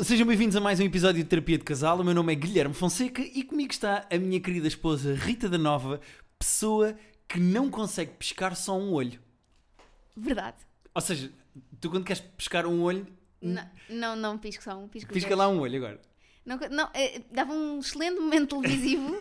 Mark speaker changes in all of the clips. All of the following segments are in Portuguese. Speaker 1: Sejam bem-vindos a mais um episódio de Terapia de Casal. O meu nome é Guilherme Fonseca e comigo está a minha querida esposa Rita da Nova, pessoa que não consegue pescar só um olho.
Speaker 2: Verdade.
Speaker 1: Ou seja, tu quando queres pescar um olho,
Speaker 2: Não, não, não pisco só um, pisco os
Speaker 1: pisca
Speaker 2: dois.
Speaker 1: lá um olho agora.
Speaker 2: Não, co- não, eh, dava um excelente momento televisivo,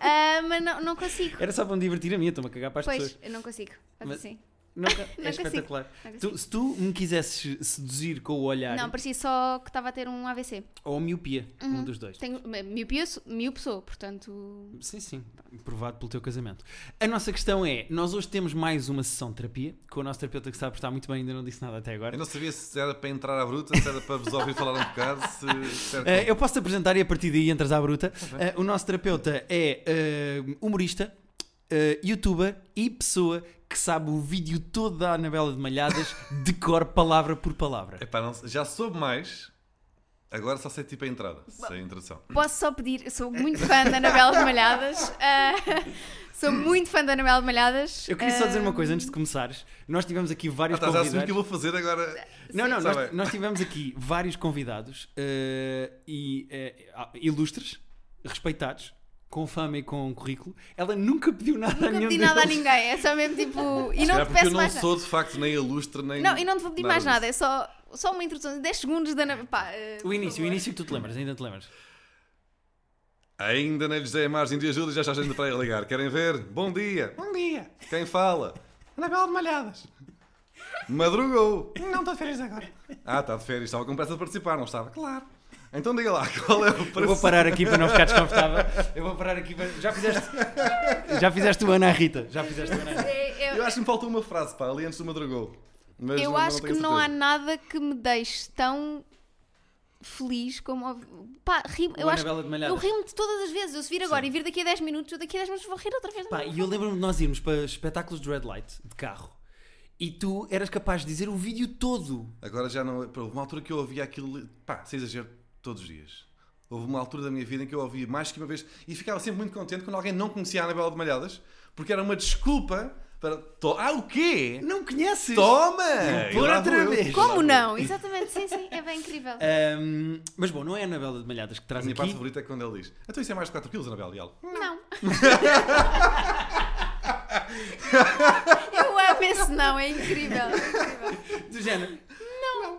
Speaker 2: ah, mas não, não consigo.
Speaker 1: Era só para me divertir a minha, estou-me a cagar para as
Speaker 2: Pois,
Speaker 1: pessoas.
Speaker 2: eu não consigo. Faz
Speaker 1: Mas-
Speaker 2: assim.
Speaker 1: Não, é
Speaker 2: Não consigo.
Speaker 1: espetacular.
Speaker 2: Não, consigo.
Speaker 1: Tu- se tu me quisesses seduzir com o olhar
Speaker 2: Não, parecia só que estava a ter um AVC.
Speaker 1: ou a miopia, um dos dois.
Speaker 2: Tenho eh, miopia, sou- miúpe sou, portanto.
Speaker 1: Sim, sim, provado pelo teu casamento. A nossa questão é: nós hoje temos mais uma sessão de terapia, com o nosso terapeuta que está a portar muito bem, ainda não disse nada até agora.
Speaker 3: Eu não sabia se era para entrar à bruta, se era para vos ouvir falar um bocado, se, se era tipo,
Speaker 1: Eh, eu posso te apresentar e a partir daí entras à bruta. Eh, o nosso terapeuta é eh, humorista, eh, youtuber e pessoa que sabe o vídeo todo da Anabela de Malhadas de cor, palavra por palavra.
Speaker 3: Epá, não- já soube mais, agora só sei tipo a entrada, sem introdução.
Speaker 2: Posso só pedir, eu sou muito fã da Anabela de Malhadas. ah, sou muito fã da Anabela de Malhadas.
Speaker 1: Eu queria só dizer
Speaker 2: ah,
Speaker 1: uma coisa antes de começares. Nós tivemos aqui
Speaker 3: Ah,
Speaker 1: vários
Speaker 3: estás a
Speaker 1: convidados.
Speaker 3: assumir que eu vou fazer agora.
Speaker 1: Não, não,
Speaker 3: Sim. Tá
Speaker 1: nós,
Speaker 3: bem.
Speaker 1: nós tivemos aqui vários convidados eh, e, eh, ah, ilustres, respeitados, com fama e com currículo. Ela nunca pediu nada a
Speaker 2: Nunca
Speaker 1: nenhum
Speaker 2: pedi nada a
Speaker 1: deles.
Speaker 2: ninguém, é só mesmo tipo. E
Speaker 3: Se
Speaker 2: não te
Speaker 3: calhar porque eu
Speaker 2: peço
Speaker 3: não
Speaker 2: mais nada.
Speaker 3: sou de facto nem ilustre, nem.
Speaker 2: Não, e não te vou pedir mais nada,
Speaker 3: disso.
Speaker 2: é só, só uma introdução, 10 segundos da Ana- pá, eh,
Speaker 1: O
Speaker 2: por
Speaker 1: início, o
Speaker 2: favor.
Speaker 1: início que tu te lembras, ainda te lembras.
Speaker 3: Ainda nem lhes dei a margem de ajuda, já está gente para ir ligar. Querem ver? Bom dia!
Speaker 4: Bom dia,
Speaker 3: Quem fala?
Speaker 4: Anabela de Malhadas.
Speaker 3: Madrugou!
Speaker 4: Não estou de férias agora.
Speaker 3: Ah, está de férias, estava com pressa de participar, não estava? Claro! Então diga lá, qual é o
Speaker 1: Eu vou
Speaker 3: preço?
Speaker 1: parar aqui para não ficar desconfortável. Eu vou parar aqui para. Já fizeste. Já fizeste o Ana à Rita. Já fizeste o Ana à Rita.
Speaker 2: É, eu-
Speaker 3: Eu acho que me faltou uma frase, pá, ali antes do Madrugou. Mas
Speaker 2: eu
Speaker 3: não-
Speaker 2: acho que
Speaker 3: tenho
Speaker 2: não há
Speaker 3: certeza.
Speaker 2: nada que me deixe tão feliz como. ouv- Pá, ri, eu
Speaker 1: O
Speaker 2: acho.
Speaker 1: Anabela de
Speaker 2: Eu
Speaker 1: Malhadas.
Speaker 2: rimo de todas as vezes. Eu se vir agora e vir daqui a 10 minutos, eu daqui a 10 minutos vou rir outra vez.
Speaker 1: Pá, e eu lembro-me de nós irmos para espetáculos de red light de carro e tu eras capaz de dizer o vídeo todo.
Speaker 3: Agora já não. Pá, Houve uma altura que eu ouvia aquilo. Pá, sem exagero, todos os dias. Houve uma altura da minha vida em que eu ouvia mais que uma vez e ficava sempre muito contente quando alguém não conhecia a Anabela de Malhadas, porque era uma desculpa para. to- Ah, o quê?
Speaker 1: Não conheces?
Speaker 3: Toma!
Speaker 1: Vou pôr
Speaker 3: E lá
Speaker 1: outra
Speaker 3: vou eu.
Speaker 1: vez.
Speaker 2: Como não? Exatamente, sim, sim. É bem incrível.
Speaker 1: Ahm, mas bom, não é a Anabela de Malhadas que
Speaker 3: A
Speaker 1: traz
Speaker 3: minha parte
Speaker 1: aqui.
Speaker 3: favorita é quando ele diz: Então isso é mais de 4 quilos, Anabela Leal.
Speaker 2: Não. eu amo esse não, é incrível. é incrível.
Speaker 1: Do género. Não, não.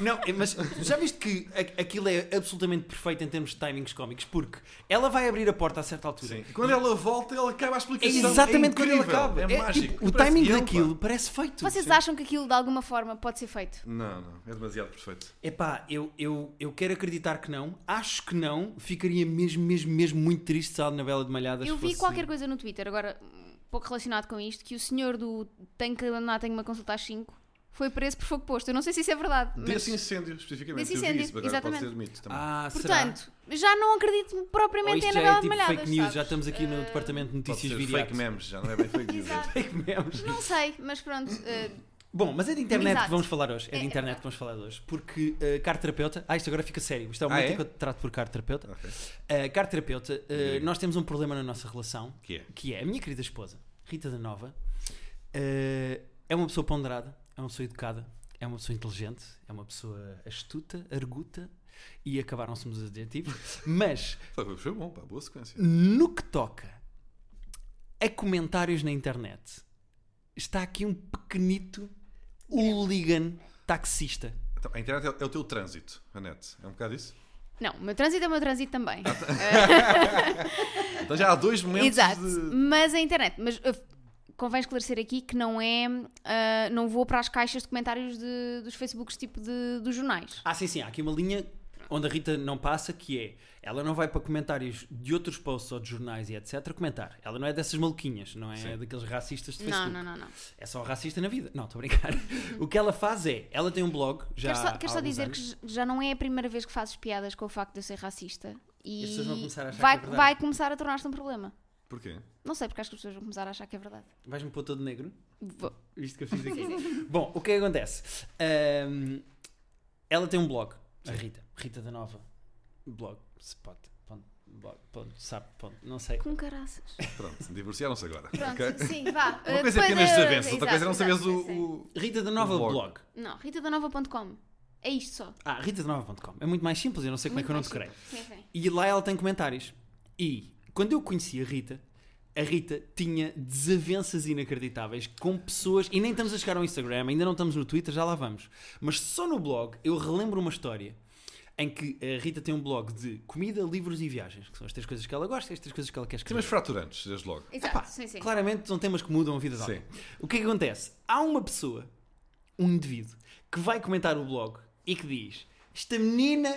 Speaker 1: Não, mas já viste que a- aquilo é absolutamente perfeito em termos de timings cómicos, porque ela vai abrir a porta a certa altura.
Speaker 3: Sim. E quando ela volta, ele acaba a
Speaker 1: É
Speaker 3: explicação.
Speaker 1: exatamente
Speaker 3: é
Speaker 1: quando ele
Speaker 3: incrível,
Speaker 1: acaba.
Speaker 3: É,
Speaker 1: É,
Speaker 3: mágico.
Speaker 1: tipo, o
Speaker 3: Parece
Speaker 1: timing
Speaker 3: guião, pá.
Speaker 1: daquilo parece feito.
Speaker 2: Vocês
Speaker 1: Sim.
Speaker 2: acham que aquilo de alguma forma pode ser feito?
Speaker 3: Não, não, é demasiado perfeito.
Speaker 1: Epá, eu, eu, eu quero acreditar que não. Acho que não. Ficaria mesmo, mesmo, mesmo muito triste se a Anabela de Malhadas
Speaker 2: Eu vi
Speaker 1: fosse-
Speaker 2: qualquer coisa no Twitter, agora um pouco relacionado com isto, que o senhor do Tenho que abandonar, tenho uma consulta às 5 foi preso por fogo posto. Eu não sei se isso é verdade. Mas,
Speaker 3: Desse incêndio, especificamente.
Speaker 2: Desse
Speaker 3: eu vi
Speaker 2: incêndio,
Speaker 3: isso, mas agora
Speaker 2: exatamente.
Speaker 3: pode ser mito também.
Speaker 1: Ah,
Speaker 2: portanto,
Speaker 1: será?
Speaker 2: já não acredito
Speaker 1: Ou
Speaker 2: propriamente
Speaker 1: isto
Speaker 2: em
Speaker 1: já
Speaker 2: Anabela
Speaker 1: é
Speaker 2: de
Speaker 1: tipo
Speaker 2: Malhadas.
Speaker 1: fake news.
Speaker 2: sabes?
Speaker 1: Já estamos aqui no
Speaker 2: Eh,
Speaker 1: departamento de
Speaker 3: pode
Speaker 1: notícias
Speaker 3: ser fake
Speaker 1: viriatas.
Speaker 3: memes, já não é bem fake news.
Speaker 2: Exato.
Speaker 1: Fake memes.
Speaker 2: Não sei, mas pronto. eh,
Speaker 1: Bom, mas é de internet
Speaker 2: Exato.
Speaker 1: que vamos falar hoje. É
Speaker 2: É,
Speaker 1: de
Speaker 2: é
Speaker 1: internet que vamos falar hoje. Porque uh, caro terapeuta. Ah, isto agora fica sério. Isto é o
Speaker 3: Ah,
Speaker 1: momento
Speaker 3: é?
Speaker 1: em que eu te trato por caro terapeuta.
Speaker 3: Ok.
Speaker 1: Uh, caro terapeuta, uh,
Speaker 3: Diga.
Speaker 1: nós temos um problema na nossa relação.
Speaker 3: Que é?
Speaker 1: que é a minha querida esposa, Rita da Nova, eh, é uma pessoa ponderada, é uma pessoa educada, é uma pessoa inteligente, é uma pessoa astuta, arguta e acabaram-se nos adjetivos, mas
Speaker 3: Foi, foi bom, pá, boa sequência.
Speaker 1: no que toca a comentários na internet, está aqui um pequenito hooligan taxista.
Speaker 3: Então, a internet é, é o teu trânsito, a net. É um bocado isso?
Speaker 2: não, o meu trânsito é o meu trânsito também.
Speaker 1: Ah, tá.
Speaker 3: Então já há dois momentos
Speaker 2: Exato.
Speaker 3: de...
Speaker 2: Mas a internet. Mas eh, convém esclarecer aqui que não é. eh, não vou para as caixas de comentários de- dos Facebooks tipo de, dos jornais.
Speaker 1: Ah, sim, sim, há aqui uma linha onde a Rita não passa, que é ela não vai para comentários de outros posts ou de jornais e etc. comentar. Ela não é dessas maluquinhas, não é daqueles racistas de
Speaker 2: Não,
Speaker 1: Facebook.
Speaker 2: não, não, não.
Speaker 1: É só racista na vida. Não, estou a brincar. o que ela faz é, ela tem um blog já.
Speaker 2: Quero só, quero
Speaker 1: há
Speaker 2: só
Speaker 1: alguns
Speaker 2: dizer
Speaker 1: anos.
Speaker 2: que j- já não é a primeira vez que fazes piadas com o facto de eu ser racista. E
Speaker 1: As pessoas vão começar a achar que
Speaker 2: vai,
Speaker 1: é verdade.
Speaker 2: vai começar a tornar-se um problema.
Speaker 3: Porquê?
Speaker 2: Não sei porque acho que as pessoas vão começar a achar que é verdade.
Speaker 1: Vais-me pôr todo negro?
Speaker 2: Vou-
Speaker 1: Isto que eu fiz aqui. Bom, o que é que acontece? Ahm, ela tem um blog, a Rita, Rita da Nova. Blog, spot, ponto, blog, ponto, sap, ponto, não sei.
Speaker 2: Com caraças.
Speaker 3: Pronto, divorciaram-se agora.
Speaker 2: Pronto, Eh,
Speaker 3: ok?
Speaker 2: sim, vá. é-
Speaker 3: Uma
Speaker 1: é
Speaker 3: coisa é apenas desavença, outra coisa é não saberes o... o-
Speaker 1: Rita da Nova
Speaker 3: O blog.
Speaker 1: blog.
Speaker 2: Não, ritadanova.com. É isto só.
Speaker 1: Ah, ritadenova.com. É muito mais simples, eu não sei como é que eu não
Speaker 2: Muito
Speaker 1: decorei.
Speaker 2: mais simples. Sim, sim.
Speaker 1: E lá ela tem comentários. E quando eu conheci a Rita, a Rita tinha desavenças inacreditáveis com pessoas. E nem estamos a chegar ao Instagram, ainda não estamos no Twitter, já lá vamos. Mas só no blog eu relembro uma história em que a Rita tem um blog de comida, livros e viagens, que são as três coisas que ela gosta e as três coisas que ela quer escrever.
Speaker 3: Temas fraturantes, desde logo.
Speaker 2: Exato, sim, sim.
Speaker 1: Claramente são temas que mudam a vida de alguém.
Speaker 3: Sim.
Speaker 1: O que é que acontece? Há uma pessoa, um indivíduo, que vai comentar o blog e que diz: Esta menina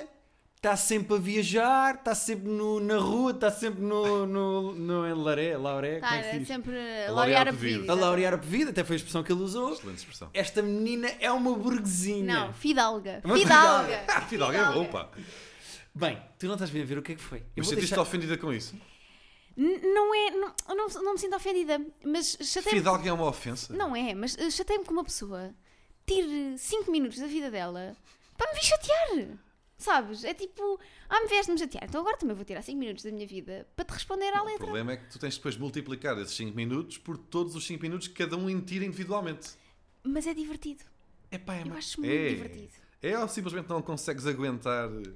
Speaker 1: está sempre a viajar, está sempre no- na rua, está sempre no. no, no em Laré, Lauré,
Speaker 2: Tá,
Speaker 1: como é que se
Speaker 2: era
Speaker 1: diz?
Speaker 2: sempre
Speaker 3: A
Speaker 2: a
Speaker 3: laurear
Speaker 2: laurear a
Speaker 3: de vida.
Speaker 2: vida.
Speaker 1: A laurear a bebida, até foi a expressão que ele usou.
Speaker 3: Excelente expressão.
Speaker 1: Esta menina é uma burguesinha.
Speaker 2: Não, fidalga.
Speaker 1: Uma
Speaker 2: Fidalga.
Speaker 3: Ah, Fidalga é bom, pá.
Speaker 1: Bem, tu não estás bem a ver o que é que foi.
Speaker 3: Eu me
Speaker 1: vou
Speaker 3: sentiste
Speaker 1: deixar-
Speaker 3: ofendida com isso.
Speaker 2: N- Não é. Não, eu não, não me sinto ofendida, mas chatei-me.
Speaker 3: Fidalga é uma ofensa.
Speaker 2: Não é, mas eh, chatei-me que uma pessoa tire 5 minutos da vida dela para me vir chatear. Sabes? É tipo, ah, me vieste-me chatear, então agora também vou tirar 5 minutos da minha vida para te responder à
Speaker 3: O
Speaker 2: letra.
Speaker 3: problema é que tu tens depois de multiplicar esses 5 minutos por todos os 5 minutos que cada um em tira individualmente.
Speaker 2: Mas é divertido.
Speaker 3: Epá, é
Speaker 2: Eu
Speaker 3: ma-
Speaker 2: acho muito
Speaker 3: é.
Speaker 2: Hum, divertido.
Speaker 3: É ou simplesmente não consegues aguentar eh,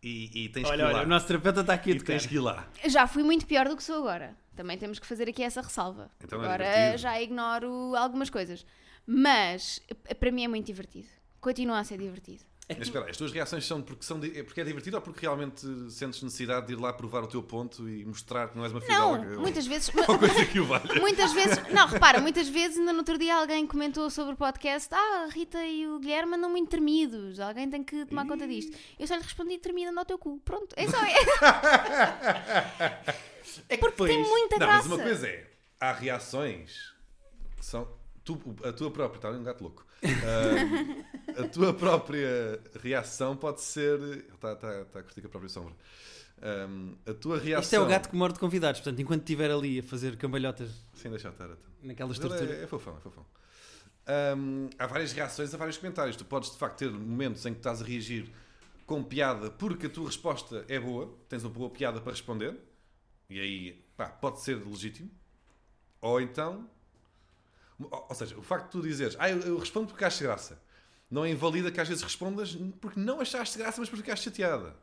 Speaker 3: e, e tens que ir
Speaker 1: Olha,
Speaker 3: lá.
Speaker 1: olha, o nosso terapeuta está aqui a
Speaker 3: e tens
Speaker 1: tocar.
Speaker 3: que ir lá.
Speaker 2: Já fui muito pior do que sou agora. Também temos que fazer aqui essa ressalva.
Speaker 3: Então é
Speaker 2: agora
Speaker 3: divertido.
Speaker 2: já ignoro algumas coisas. Mas eh, para mim é muito divertido. Continua a ser divertido.
Speaker 3: Mas espera, aí, as tuas reações são porque, são di- é porque é divertido ou porque realmente sentes necessidade de ir lá provar o teu ponto e mostrar que não és uma
Speaker 2: Não,
Speaker 3: fidalga? ou-
Speaker 2: muitas vezes.
Speaker 3: Ou coisa que o valha.
Speaker 2: Muitas vezes, não, repara, muitas vezes ainda no outro dia alguém comentou sobre o podcast: Ah, a Rita e o Guilherme andam muito tremidos, alguém tem que tomar conta disto. Eu só lhe respondi: tremida, anda ao teu cu. Pronto, é só. É,
Speaker 1: É porque
Speaker 2: tem muita
Speaker 3: Não, mas
Speaker 2: graça.
Speaker 3: uma coisa é, há reações que são. Tu, a tua própria, está ali um gato louco. Ah, a tua própria reação pode ser. Está, está, está tá a curtir com a própria sombra. Ah, a tua reação.
Speaker 1: Isto é o gato que morde convidados, portanto, enquanto estiver ali a fazer cambalhotas
Speaker 3: Sim, deixa eu estar. Então.
Speaker 1: naquela
Speaker 3: Mas ele
Speaker 1: estrutura.
Speaker 3: É, é fofão, é fofão. Hum, há várias reações a vários comentários. Tu podes de facto ter momentos em que estás a reagir com piada porque a tua resposta é boa, tens uma boa piada para responder, e aí pá, pode ser legítimo. Ou então, ou ou seja, o facto de tu dizeres, ah, eu, eu respondo porque acho graça, não é invalida que às vezes respondas porque não achaste graça, mas porque ficaste chateada.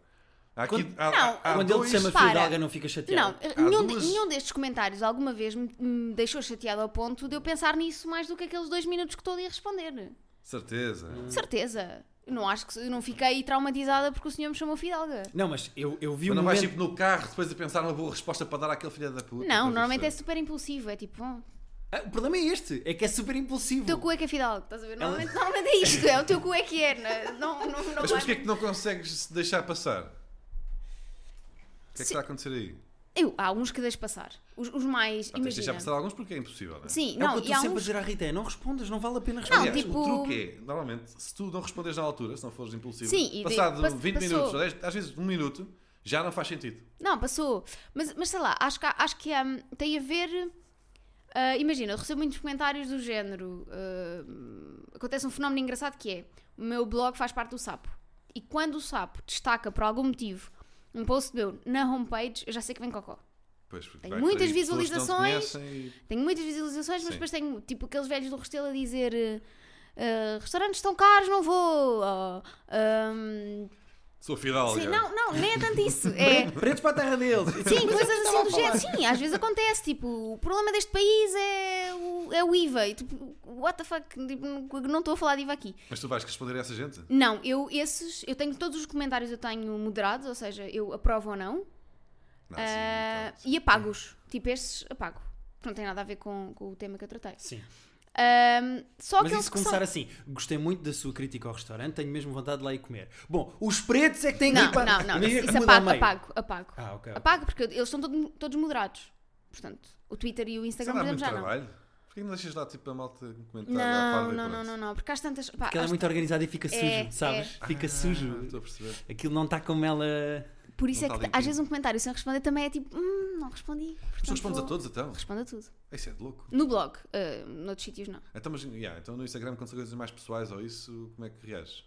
Speaker 3: Há aqui,
Speaker 1: Quando-
Speaker 3: há-
Speaker 2: Não,
Speaker 3: há- há
Speaker 1: Quando ele
Speaker 3: dois-
Speaker 1: te chama
Speaker 2: Para.
Speaker 1: Fidalga, não fica
Speaker 3: é
Speaker 2: Não,
Speaker 1: chateado.
Speaker 2: nenhum,
Speaker 3: duas-
Speaker 2: de- nenhum destes comentários alguma vez me, me deixou chateado ao ponto de eu pensar nisso mais do que aqueles dois minutos que estou ali a responder.
Speaker 3: Certeza.
Speaker 2: De certeza. Eu Não acho que eu não fiquei traumatizada porque o senhor me chamou Fidalga.
Speaker 1: Não, mas eu, eu vi
Speaker 3: Mas
Speaker 1: um
Speaker 3: não vais
Speaker 1: momento...
Speaker 3: tipo no carro depois a pensar numa boa resposta para dar àquele filho da puta.
Speaker 2: Não,
Speaker 3: Coisa
Speaker 2: normalmente é
Speaker 3: assim.
Speaker 2: super impulsivo. É tipo, "Oh,
Speaker 1: Ah, o problema é este, é que é super impulsivo.
Speaker 2: o teu cu é que é Fidalga, estás a ver? Normalmente, normalmente é isto, é o teu cu é que é. Não, não, não, não
Speaker 3: Mas
Speaker 2: vai-
Speaker 3: porquê é que não consegues deixar passar? O que é que
Speaker 2: Sim.
Speaker 3: está a acontecer aí?
Speaker 2: Eu, há uns que deixo passar. Os, os mais.
Speaker 3: Pá, tens de deixar
Speaker 2: imagina.
Speaker 3: passar alguns porque é impossível, não é?
Speaker 2: Sim,
Speaker 1: É
Speaker 2: não,
Speaker 1: o que eu
Speaker 2: e
Speaker 1: estou
Speaker 2: há
Speaker 1: sempre a
Speaker 2: uns.
Speaker 1: dizer à Rita, é não respondas, não vale a pena responder.
Speaker 2: Não,
Speaker 3: Aliás,
Speaker 2: tipo-
Speaker 3: o truque é, normalmente, se tu não respondes na altura, se não fores impulsivo,
Speaker 2: Sim, e de-
Speaker 3: passado
Speaker 2: pass-
Speaker 3: 20
Speaker 2: passou.
Speaker 3: minutos, ou 10, às vezes um minuto, já não faz sentido.
Speaker 2: Não, passou. Mas, mas sei lá, acho que, há- acho que hum, tem a ver. ah, imagina, eu recebo muitos comentários do género. ah, acontece um fenómeno engraçado que é: o meu blog faz parte do sapo. E quando o sapo destaca por algum motivo um post meu na homepage, eu já sei que vem cocó.
Speaker 3: Pois, porque
Speaker 2: Tem
Speaker 3: vai
Speaker 2: muitas
Speaker 3: atrair pessoas que não te
Speaker 2: visualizações.
Speaker 3: conhecem e-
Speaker 2: Tenho muitas visualizações, mas
Speaker 3: Sim.
Speaker 2: depois tenho tipo aqueles velhos do Restelo a dizer eh, eh, restaurantes estão caros, não vou. ou, ehm,
Speaker 3: Sou fidalga.
Speaker 2: sim, não, não, nem é tanto isso. É,
Speaker 1: Pretos para a terra deles. é-
Speaker 2: sim, coisas assim do género. Sim, às vezes acontece. Tipo, o problema deste país é o, é o IVA. E tipo, what the fuck? Tipo, não estou a falar de IVA aqui.
Speaker 3: Mas tu vais responder a essa gente?
Speaker 2: Não, eu esses, eu tenho todos os comentários, eu tenho moderados, ou seja, eu aprovo ou não.
Speaker 3: Não,
Speaker 2: eh,
Speaker 3: Ah, sim, então.
Speaker 2: e apago-os. Tipo, estes apago. Não tem nada a ver com, com o tema que eu tratei.
Speaker 1: Sim.
Speaker 2: Ahm, só
Speaker 1: Mas
Speaker 2: aqueles
Speaker 1: isso
Speaker 2: que são...
Speaker 1: começar assim, gostei muito da sua crítica ao restaurante, tenho mesmo vontade de lá ir comer. Bom, os pretos é que têm que
Speaker 2: Não,
Speaker 1: ir para...
Speaker 2: não, não.
Speaker 1: Mas
Speaker 2: Isso, é
Speaker 1: que muda ao
Speaker 2: apago,
Speaker 1: meio.
Speaker 2: apago, apago.
Speaker 1: Ah, ok. ok.
Speaker 2: Apago, porque eles são todo- todos moderados. Portanto, o Twitter e o
Speaker 3: Isso
Speaker 2: Instagram,
Speaker 3: dá
Speaker 2: por
Speaker 3: muito
Speaker 2: exemplo, já não.
Speaker 3: trabalho. Porquê não deixas lá tipo a malta
Speaker 2: Não,
Speaker 3: comentar? à parda e
Speaker 2: não,
Speaker 3: pronto?
Speaker 2: não, não, não, porque há tantas. Pá,
Speaker 1: Porque ela é
Speaker 2: há-
Speaker 1: muito organizada e fica sujo,
Speaker 2: É,
Speaker 1: sabes? Fica
Speaker 3: Ah,
Speaker 1: sujo.
Speaker 3: Estou a perceber.
Speaker 1: Aquilo não está como ela...
Speaker 2: Por isso
Speaker 3: não
Speaker 2: é que
Speaker 1: tá
Speaker 3: está limpinho.
Speaker 2: às vezes um comentário sem responder também é tipo, hum, não respondi.
Speaker 3: Mas
Speaker 2: portanto,
Speaker 3: tu respondes a
Speaker 2: vou-
Speaker 3: todos então?
Speaker 2: Respondo a tudo.
Speaker 3: Isso é de louco.
Speaker 2: No blog, eh, noutros sítios não.
Speaker 3: Então, mas, yeah, então no Instagram, quando são coisas mais pessoais ou isso, como é que reages?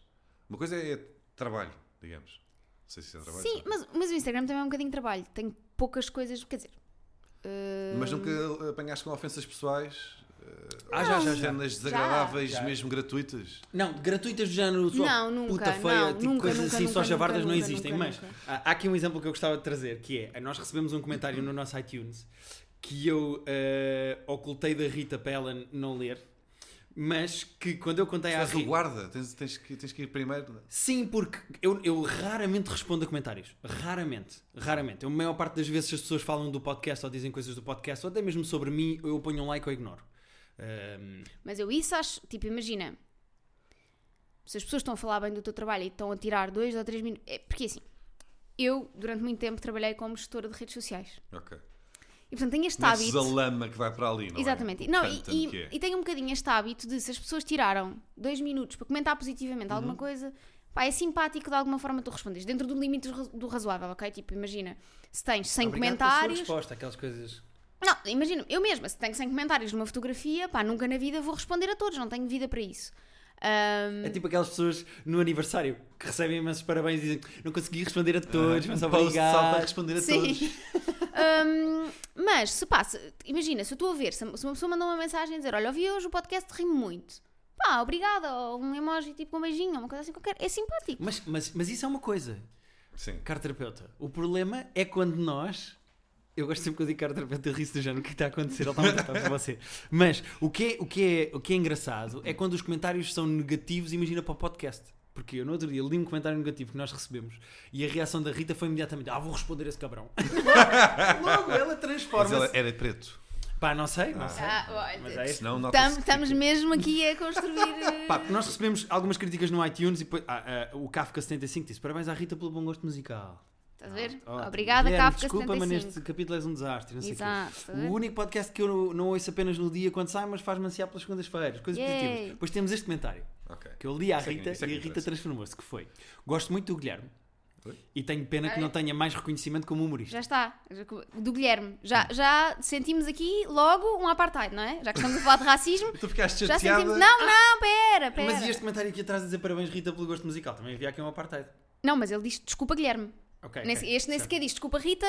Speaker 3: Uma coisa é trabalho, digamos. Não sei se isso é trabalho.
Speaker 2: Sim,
Speaker 3: sabe?
Speaker 2: mas, mas o Instagram também é um bocadinho de trabalho. Tenho poucas coisas, quer dizer. eh,
Speaker 3: Mas nunca apanhaste com ofensas pessoais? eh,
Speaker 1: Ah, já, já, já.
Speaker 3: cenas desagradáveis,
Speaker 1: Já.
Speaker 3: mesmo gratuitas.
Speaker 1: Não, gratuitas do género só
Speaker 2: Não, nunca,
Speaker 1: puta feia,
Speaker 2: não,
Speaker 1: tipo
Speaker 2: nunca,
Speaker 1: coisas
Speaker 2: nunca,
Speaker 1: assim, só
Speaker 2: nunca,
Speaker 1: chavardas
Speaker 2: nunca,
Speaker 1: não
Speaker 2: nunca,
Speaker 1: existem.
Speaker 2: nunca,
Speaker 1: mas
Speaker 2: nunca.
Speaker 1: há há aqui um exemplo que eu gostava de trazer, que é, nós recebemos um comentário no nosso iTunes que eu eh, ocultei da Rita para ela não ler, mas que quando eu contei
Speaker 3: Tu
Speaker 1: à
Speaker 3: és o
Speaker 1: Rita...
Speaker 3: guarda, tens, tens que, tens que ir primeiro.
Speaker 1: Sim, porque eu, eu raramente respondo a comentários. Raramente. Raramente. Eu, a maior parte das vezes as pessoas falam do podcast ou dizem coisas do podcast ou até mesmo sobre mim, eu ponho um like ou ignoro. Ahm,
Speaker 2: Mas eu isso acho, tipo, imagina, se as pessoas estão a falar bem do teu trabalho e estão a tirar dois ou três minutos. É, porque assim, eu durante muito tempo trabalhei como gestora de redes sociais.
Speaker 3: Ok.
Speaker 2: E portanto tenho este
Speaker 3: Metes
Speaker 2: hábito.
Speaker 3: é a lama que vai para ali, não é?
Speaker 2: Exatamente.
Speaker 3: O
Speaker 2: Não, e,
Speaker 3: pântano que
Speaker 2: e,
Speaker 3: é.
Speaker 2: e tenho um bocadinho este hábito de se as pessoas tiraram dois minutos para comentar positivamente alguma
Speaker 1: Uhum.
Speaker 2: coisa, pá, é simpático de alguma forma tu respondes, dentro do limite do raz- do razoável, ok? Tipo, imagina, se tens 100
Speaker 1: obrigado pela sua
Speaker 2: comentários.
Speaker 1: resposta, aquelas coisas...
Speaker 2: Não, imagina, eu mesma, se tenho 100 comentários numa fotografia, pá, nunca na vida vou responder a todos, não tenho vida para isso. Ahm,
Speaker 3: Hum.
Speaker 1: É tipo aquelas pessoas no aniversário que recebem imensos parabéns e dizem não consegui responder a todos, mas
Speaker 3: Um post só para
Speaker 1: obrigado.
Speaker 3: responder a todos.
Speaker 2: Sim. Hum, mas se passa, imagina, se eu estou a ver, se se uma pessoa mandou uma mensagem a dizer: Olha, ouvi hoje o podcast, rimo muito. Pá, obrigada, ou um emoji tipo com um beijinho, uma coisa assim qualquer. É simpático.
Speaker 1: Mas, mas, mas isso é uma coisa,
Speaker 3: Sim.
Speaker 1: caro terapeuta. O problema é quando nós. Eu gosto sempre que eu digo caro terapeuta, eu ri do género. O que está a acontecer? Ele está a tratar para você. Mas o que, é, o, que é, o que é engraçado é quando os comentários são negativos, imagina para o podcast. Porque eu no outro dia li um comentário negativo que nós recebemos e a reação da Rita foi imediatamente: Ah, vou responder a esse cabrão. Logo ela
Speaker 3: Mas ela é-
Speaker 1: transforma-se.
Speaker 3: era preto.
Speaker 1: Pá, não sei, não sei.
Speaker 2: Ah, olha,
Speaker 1: Mas é isso.
Speaker 3: Senão nota
Speaker 2: tam- estamos mesmo aqui a construir. eh,
Speaker 1: Pá, nós recebemos algumas críticas no iTunes e depois, ah, ah, o Kafka75 disse parabéns à Rita pelo bom gosto musical.
Speaker 2: Estás a ver?
Speaker 1: Ótimo.
Speaker 2: Obrigada,
Speaker 1: Guilherme,
Speaker 2: Kafka
Speaker 1: Desculpa, mas
Speaker 2: 75.
Speaker 1: neste capítulo és um desastre. Não sei o quê.
Speaker 2: Exato, é. estás a ver?
Speaker 1: O único podcast que eu não ouço apenas no dia quando sai, mas faz-me ansiar pelas segundas-feiras. Coisas
Speaker 2: Yay.
Speaker 1: positivas. Depois temos este comentário
Speaker 3: Ok.
Speaker 1: que eu li à
Speaker 3: Isso é que-
Speaker 1: Rita e
Speaker 3: isso é que
Speaker 1: a
Speaker 3: me
Speaker 1: Rita
Speaker 3: interessa.
Speaker 1: transformou-se, que foi Gosto muito do Guilherme
Speaker 3: Oi?
Speaker 1: e tenho pena que não tenha mais reconhecimento como humorista.
Speaker 2: Já está, já co- do Guilherme. Já, já sentimos aqui logo um apartheid, não é? Já que estamos a falar de racismo,
Speaker 3: Tu ficaste
Speaker 2: já
Speaker 3: chateada.
Speaker 2: sentimos. Não, não, pera, pera.
Speaker 1: Mas e este comentário aqui atrás a dizer parabéns Rita pelo gosto musical? Também havia aqui um apartheid.
Speaker 2: Não, mas ele diz desculpa, Guilherme.
Speaker 1: Ok.
Speaker 2: Nem-
Speaker 1: ok,
Speaker 2: este nem
Speaker 1: certo.
Speaker 2: sequer diz desculpa, Rita,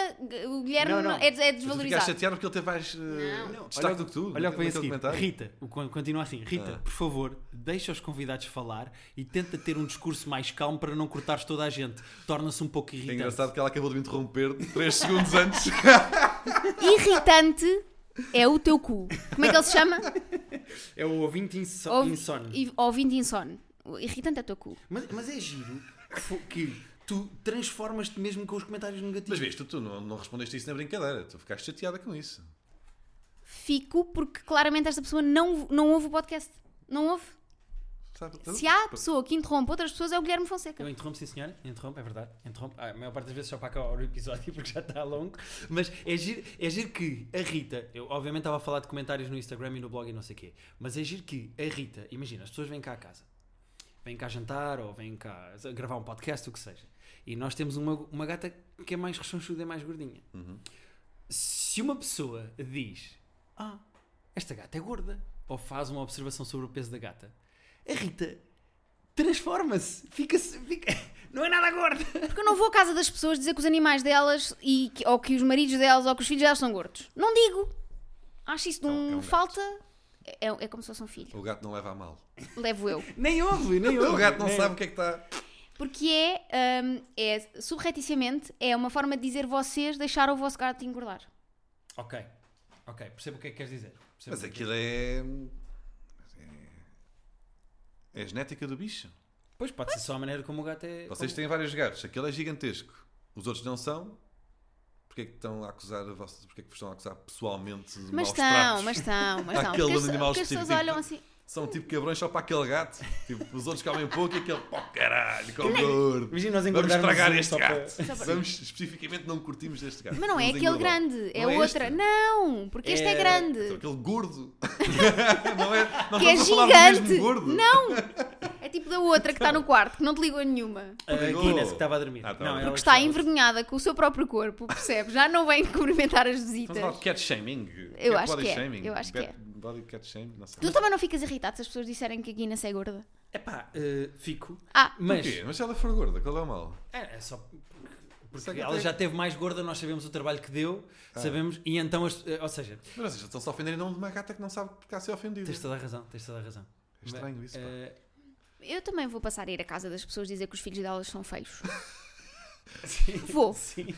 Speaker 2: o Guilherme
Speaker 1: Não, não.
Speaker 2: é, é
Speaker 3: Mas Tu ficaste
Speaker 2: desvalorizado.
Speaker 3: chateado porque ele teve mais eh,
Speaker 2: Não.
Speaker 3: destaque do que tu.
Speaker 1: Olha o que vem a
Speaker 3: naquele
Speaker 1: seguir.
Speaker 3: comentário. Ah.
Speaker 1: Rita, o con- continua assim. Rita, por favor, deixa os convidados falar e tenta ter um discurso mais calmo para não cortares toda a gente. Torna-se um pouco
Speaker 3: É
Speaker 1: irritante.
Speaker 3: engraçado que ela acabou de me interromper 3 segundos antes.
Speaker 2: Irritante é o teu cu. Como é que ele se chama?
Speaker 1: É o ouvinte inso
Speaker 2: Ouvi-
Speaker 1: insone.
Speaker 2: e- Ouvinte insone. O Irritante é o teu cu.
Speaker 1: Mas, mas é giro que, fo- que tu transformas-te mesmo com os comentários
Speaker 3: Mas
Speaker 1: negativos.
Speaker 3: viste, tu não, não respondeste isso na brincadeira. Tu ficaste chateada com isso.
Speaker 2: Fico porque claramente esta pessoa não, não ouve o podcast. Não ouve.
Speaker 3: Sabe?
Speaker 1: Então,
Speaker 2: Se há pessoa que interrompe outras pessoas é o Guilherme
Speaker 1: Eu
Speaker 2: Fonseca.
Speaker 1: interrompo, sim senhor, interrompo, é verdade, interrompo. Ah, a maior parte das vezes só para acabar o episódio porque já está longo. Mas é giro, é giro que a Rita, eu obviamente estava a falar de comentários no Instagram e no blog e não sei o quê, mas é giro que a Rita, imagina, as pessoas vêm cá à casa, vêm cá jantar ou vêm cá gravar um podcast, o que seja. E nós temos uma, uma gata que é mais rechonchuda e mais gordinha. Se uma pessoa diz, ah, esta gata é gorda, ou faz uma observação sobre o peso da gata, a Rita transforma-se, fica-se, fica... não é nada gorda.
Speaker 2: Porque eu não vou à casa das pessoas dizer que os animais delas e que- ou que os maridos delas ou que os filhos delas são gordos. Não digo. Acho isso de
Speaker 3: É um-
Speaker 2: um,
Speaker 3: é um gato.
Speaker 2: falta. É, é como se fosse um filho.
Speaker 3: O gato não leva a mal.
Speaker 2: Levo eu.
Speaker 1: Nem ouve, nem ouve.
Speaker 3: O gato não
Speaker 1: nem-
Speaker 3: sabe o que é que está.
Speaker 2: Porque é, hum, é subrepeticiamente, é uma forma de dizer vocês deixaram o vosso gato engordar.
Speaker 1: Ok, ok, percebo o que é que queres dizer. Percebo
Speaker 3: Mas
Speaker 1: o que é que
Speaker 3: aquilo é. É a genética do bicho.
Speaker 1: queres- Pois, pode ser só a maneira como o gato é...
Speaker 3: Vocês
Speaker 1: como-
Speaker 3: têm vários gatos, aquele é gigantesco. Os outros não são. Porquê é que estão a acusar a vossa... Porquê é que vos estão a acusar pessoalmente de
Speaker 2: Mas
Speaker 3: maus
Speaker 2: estão,
Speaker 3: tratos?
Speaker 2: mas estão, mas estão.
Speaker 3: Aquele
Speaker 2: Porque, as-
Speaker 3: animal
Speaker 2: porque as pessoas
Speaker 3: específico.
Speaker 2: olham assim.
Speaker 3: São tipo cabrões só para aquele gato. Tipo, os outros comem pouco e aquele, pô caralho, come gordo.
Speaker 1: Imagina nós
Speaker 3: Vamos
Speaker 1: engordarmos
Speaker 3: estragar
Speaker 1: um
Speaker 3: este
Speaker 1: só para-
Speaker 3: gato. Vamos, especificamente não curtimos deste gato.
Speaker 2: Mas não é
Speaker 3: Vamos
Speaker 2: aquele
Speaker 3: engordá-lo.
Speaker 2: grande, é
Speaker 3: Não
Speaker 2: outra.
Speaker 3: este.
Speaker 2: Não, porque este é,
Speaker 1: É-
Speaker 3: Então,
Speaker 2: grande.
Speaker 3: aquele gordo. não é, não
Speaker 2: Que é
Speaker 3: estamos a falar do
Speaker 2: gigante.
Speaker 3: mesmo gordo.
Speaker 2: Não! É tipo da outra que está no quarto, que não te ligou a nenhuma.
Speaker 1: A
Speaker 3: Ligou.
Speaker 1: Guinness que estava a dormir.
Speaker 3: Ah, tá
Speaker 1: não, é
Speaker 3: bem.
Speaker 1: ela
Speaker 2: Porque está
Speaker 1: estava-
Speaker 2: envergonhada com o seu próprio corpo, percebe? Já não vem cumprimentar as
Speaker 3: Estamos a falar
Speaker 2: visitas.
Speaker 3: de cat shaming.
Speaker 2: Eu
Speaker 3: Cat
Speaker 2: acho
Speaker 3: body
Speaker 2: que é,
Speaker 3: shaming.
Speaker 2: eu acho que
Speaker 3: Bad
Speaker 2: é.
Speaker 3: Body cat shaming, não sei.
Speaker 2: Tu também não ficas irritado se as pessoas disserem que a Guinness é gorda?
Speaker 1: Epá, eh, fico.
Speaker 2: Ah,
Speaker 1: Mas,
Speaker 3: Então Porquê? Mas se ela for gorda, qual é o mal?
Speaker 1: é, é só... porque- Porque
Speaker 3: Sei que Ah.
Speaker 1: ela
Speaker 3: tem-
Speaker 1: já teve mais gorda, nós sabemos o trabalho que deu, sabemos, e então, as- eh, ou seja,
Speaker 3: Mas vocês estão-se a ofender em nome de uma gata que não sabe que está a ser ofendida.
Speaker 1: tens toda a razão, tens toda a razão.
Speaker 3: É estranho isso, pá.
Speaker 1: Eh,
Speaker 2: Eu também vou passar a ir à casa das pessoas dizer que os filhos delas são feios.
Speaker 1: sim,
Speaker 2: Vou.
Speaker 1: sim.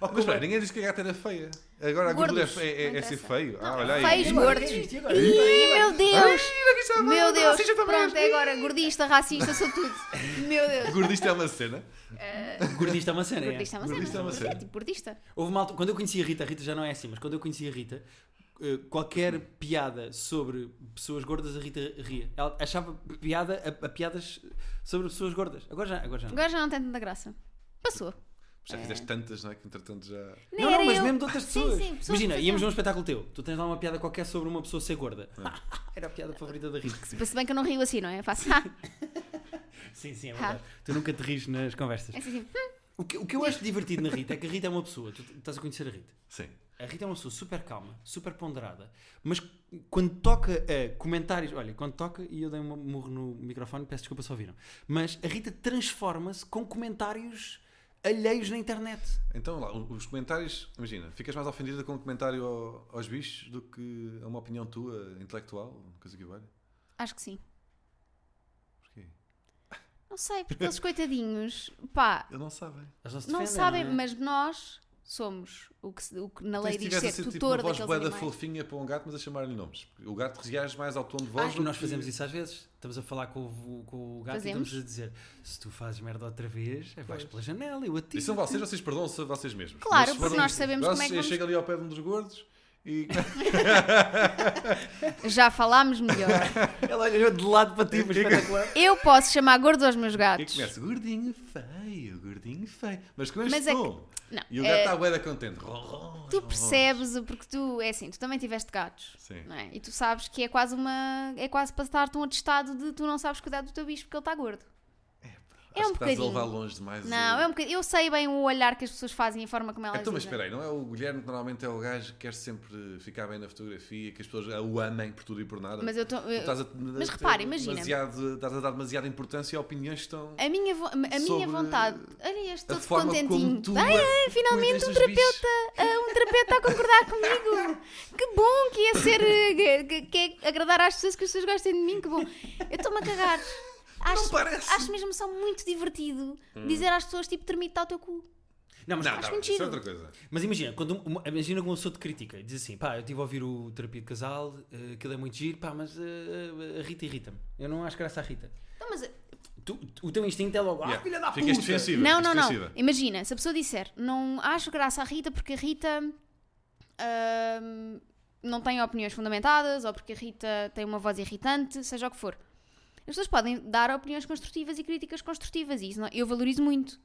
Speaker 3: Oh, Mas espera, ninguém disse que a gata era feia. Agora a gordura é,
Speaker 2: Gordos.
Speaker 3: fe- é- é-
Speaker 2: Não
Speaker 3: é ser
Speaker 2: interessa.
Speaker 3: feio. Ah,
Speaker 2: Não,
Speaker 3: olha aí.
Speaker 2: feios,
Speaker 1: E agora?
Speaker 2: gordos.
Speaker 1: E
Speaker 2: Ih,
Speaker 1: agora?
Speaker 2: meu Deus! Meu Deus!
Speaker 3: Racista também.
Speaker 2: Pronto, é agora. Gordista, racista, sou tudo. Meu Deus.
Speaker 3: Gordista é uma cena.
Speaker 1: Gordista é uma cena, é.
Speaker 2: Gordista é uma cena.
Speaker 3: Gordista é uma
Speaker 2: Gordista é
Speaker 3: cena.
Speaker 2: tipo gordista.
Speaker 1: Houve uma altura- quando eu conhecia a Rita, a Rita já não é assim, mas quando eu conhecia a Rita, eh, qualquer piada sobre pessoas gordas, a Rita ria. Ela achava piada a, a piadas sobre pessoas gordas. Agora já, agora já. Não,
Speaker 2: Agora já não tem tanta graça. Passou.
Speaker 3: Já fizeste tantas, não é? Que entretanto já.
Speaker 2: Nem
Speaker 1: não, não,
Speaker 2: era
Speaker 1: mas
Speaker 2: eu. Ah,
Speaker 1: mesmo de outras
Speaker 2: Sim,
Speaker 1: pessoas.
Speaker 2: sim, pessoas
Speaker 1: Imagina,
Speaker 2: que
Speaker 1: íamos
Speaker 2: faziam.
Speaker 1: num espetáculo teu, tu tens lá uma piada qualquer sobre uma pessoa ser gorda.
Speaker 2: É.
Speaker 1: Era a piada favorita da Rita.
Speaker 2: Se bem que eu não rio assim, não é? Eu Faço.
Speaker 1: Sim,
Speaker 2: Ah.
Speaker 1: sim, é verdade. Tu nunca te rires nas conversas.
Speaker 2: É assim, assim.
Speaker 1: O que, o que eu acho divertido na Rita é que a Rita é uma pessoa, tu estás a conhecer a Rita.
Speaker 3: Sim.
Speaker 1: A Rita é uma pessoa super calma, super ponderada, mas quando toca a comentários. Olha, quando toca, e eu dei um murro no microfone, peço desculpa se ouviram. Mas a Rita transforma-se com comentários alheios na internet.
Speaker 3: Então lá, o- os comentários. Imagina, ficas mais ofendida com um comentário ao- aos bichos do que a uma opinião tua, intelectual, coisa que valha.
Speaker 2: Acho que sim.
Speaker 3: Porquê?
Speaker 2: Não sei, porque eles coitadinhos, pá,
Speaker 3: Eles não sabem.
Speaker 1: Elas não se
Speaker 2: não
Speaker 1: defendem,
Speaker 2: sabem,
Speaker 1: não é?
Speaker 2: mas nós somos o que, se- o que na
Speaker 3: Então,
Speaker 2: lei
Speaker 3: se
Speaker 2: diz
Speaker 3: tivesse a
Speaker 2: ser
Speaker 3: ser tipo
Speaker 2: é tutor
Speaker 3: uma voz
Speaker 2: daqueles
Speaker 3: boeda
Speaker 2: animais.
Speaker 3: fofinha para um gato, mas a chamar-lhe nomes. Porque O gato reage mais ao tom de voz.
Speaker 1: Ah,
Speaker 3: do
Speaker 1: nós
Speaker 3: que-
Speaker 1: fazemos isso às vezes. Estamos a falar com o, com o gato
Speaker 2: Fazemos.
Speaker 1: e estamos a dizer: se tu fazes merda outra vez, vais pela janela, eu atiro.
Speaker 3: E são vocês, vocês perdoam-se a vocês mesmos.
Speaker 2: Claro,
Speaker 3: se um
Speaker 2: porque
Speaker 3: forem-
Speaker 2: nós sabemos como é que
Speaker 3: Vocês
Speaker 2: vamos-
Speaker 3: chegam ali ao pé de um dos gordos e.
Speaker 2: Já falámos melhor.
Speaker 1: Ela olhou de lado para ti, mas espetacular.
Speaker 2: Eu posso chamar gordo aos meus
Speaker 3: E
Speaker 2: gatos.
Speaker 3: é começa gordinho feio, gordinho feio. Mas com este
Speaker 2: Mas é
Speaker 3: tom.
Speaker 2: Não,
Speaker 3: E o gato
Speaker 2: é,
Speaker 3: está bué da contente. Ron, ron,
Speaker 2: tu
Speaker 3: ron.
Speaker 2: percebes, o- porque tu, é assim, tu também tiveste gatos.
Speaker 3: Sim.
Speaker 2: Não é? E tu sabes que é quase uma. É quase para estar-te um atestado de tu não sabes cuidar do teu bicho porque ele está gordo.
Speaker 3: Acho
Speaker 2: É
Speaker 3: que
Speaker 2: um
Speaker 3: estás a
Speaker 2: bocadinho.
Speaker 3: levar longe demais.
Speaker 2: Não,
Speaker 3: o-
Speaker 2: é um bocadinho. Eu sei bem o olhar que as pessoas fazem e a forma como elas.
Speaker 3: Então, mas
Speaker 2: usam.
Speaker 3: espera aí, não é o Guilherme que normalmente é o gajo que quer sempre ficar bem na fotografia, que as pessoas o amem por tudo e por nada.
Speaker 2: Mas eu tô-
Speaker 3: Tu estás a,
Speaker 2: Mas
Speaker 3: a-
Speaker 2: repara, imagina. É,
Speaker 3: demasiado- estás a dar demasiada importância a opiniões que estão.
Speaker 2: A minha, vo- a minha
Speaker 3: Sobre
Speaker 2: vontade. Olha este
Speaker 3: a
Speaker 2: todo
Speaker 3: forma
Speaker 2: contentinho.
Speaker 3: como tu
Speaker 2: Ai, ai,
Speaker 3: cuidas
Speaker 2: finalmente um
Speaker 3: dos bichos.
Speaker 2: terapeuta, ah, um terapeuta a concordar comigo. Que bom que ia ser. eh, Que, que- que é agradar às pessoas que as pessoas gostem de mim. Que bom. Eu estou-me a cagar. Acho,
Speaker 3: parece. Hum.
Speaker 2: acho mesmo só muito divertido dizer às pessoas tipo termite ao teu cu.
Speaker 1: Não, mas
Speaker 3: Não,
Speaker 2: acho
Speaker 3: não,
Speaker 2: muito
Speaker 3: isso é
Speaker 2: giro.
Speaker 3: outra coisa.
Speaker 1: Mas imagina, quando um- uma, imagina que uma pessoa te critica e diz assim: pá, eu estive a ouvir o terapia de casal, eh, aquilo é muito giro, pá, mas eh, a Rita irrita-me. Eu não acho graça à Rita.
Speaker 2: Não, mas,
Speaker 1: Tu- tu- o teu instinto é logo: ah,
Speaker 3: Yeah.
Speaker 1: filha da puta!
Speaker 3: Ficas defensiva.
Speaker 2: não,
Speaker 3: ficas
Speaker 2: não, não.
Speaker 3: defensiva.
Speaker 2: Imagina, se a pessoa disser não acho graça à Rita porque a Rita. ahm, não tem opiniões fundamentadas ou porque a Rita tem uma voz irritante, seja o que for. As pessoas podem dar opiniões construtivas e críticas construtivas e isso não- eu valorizo muito.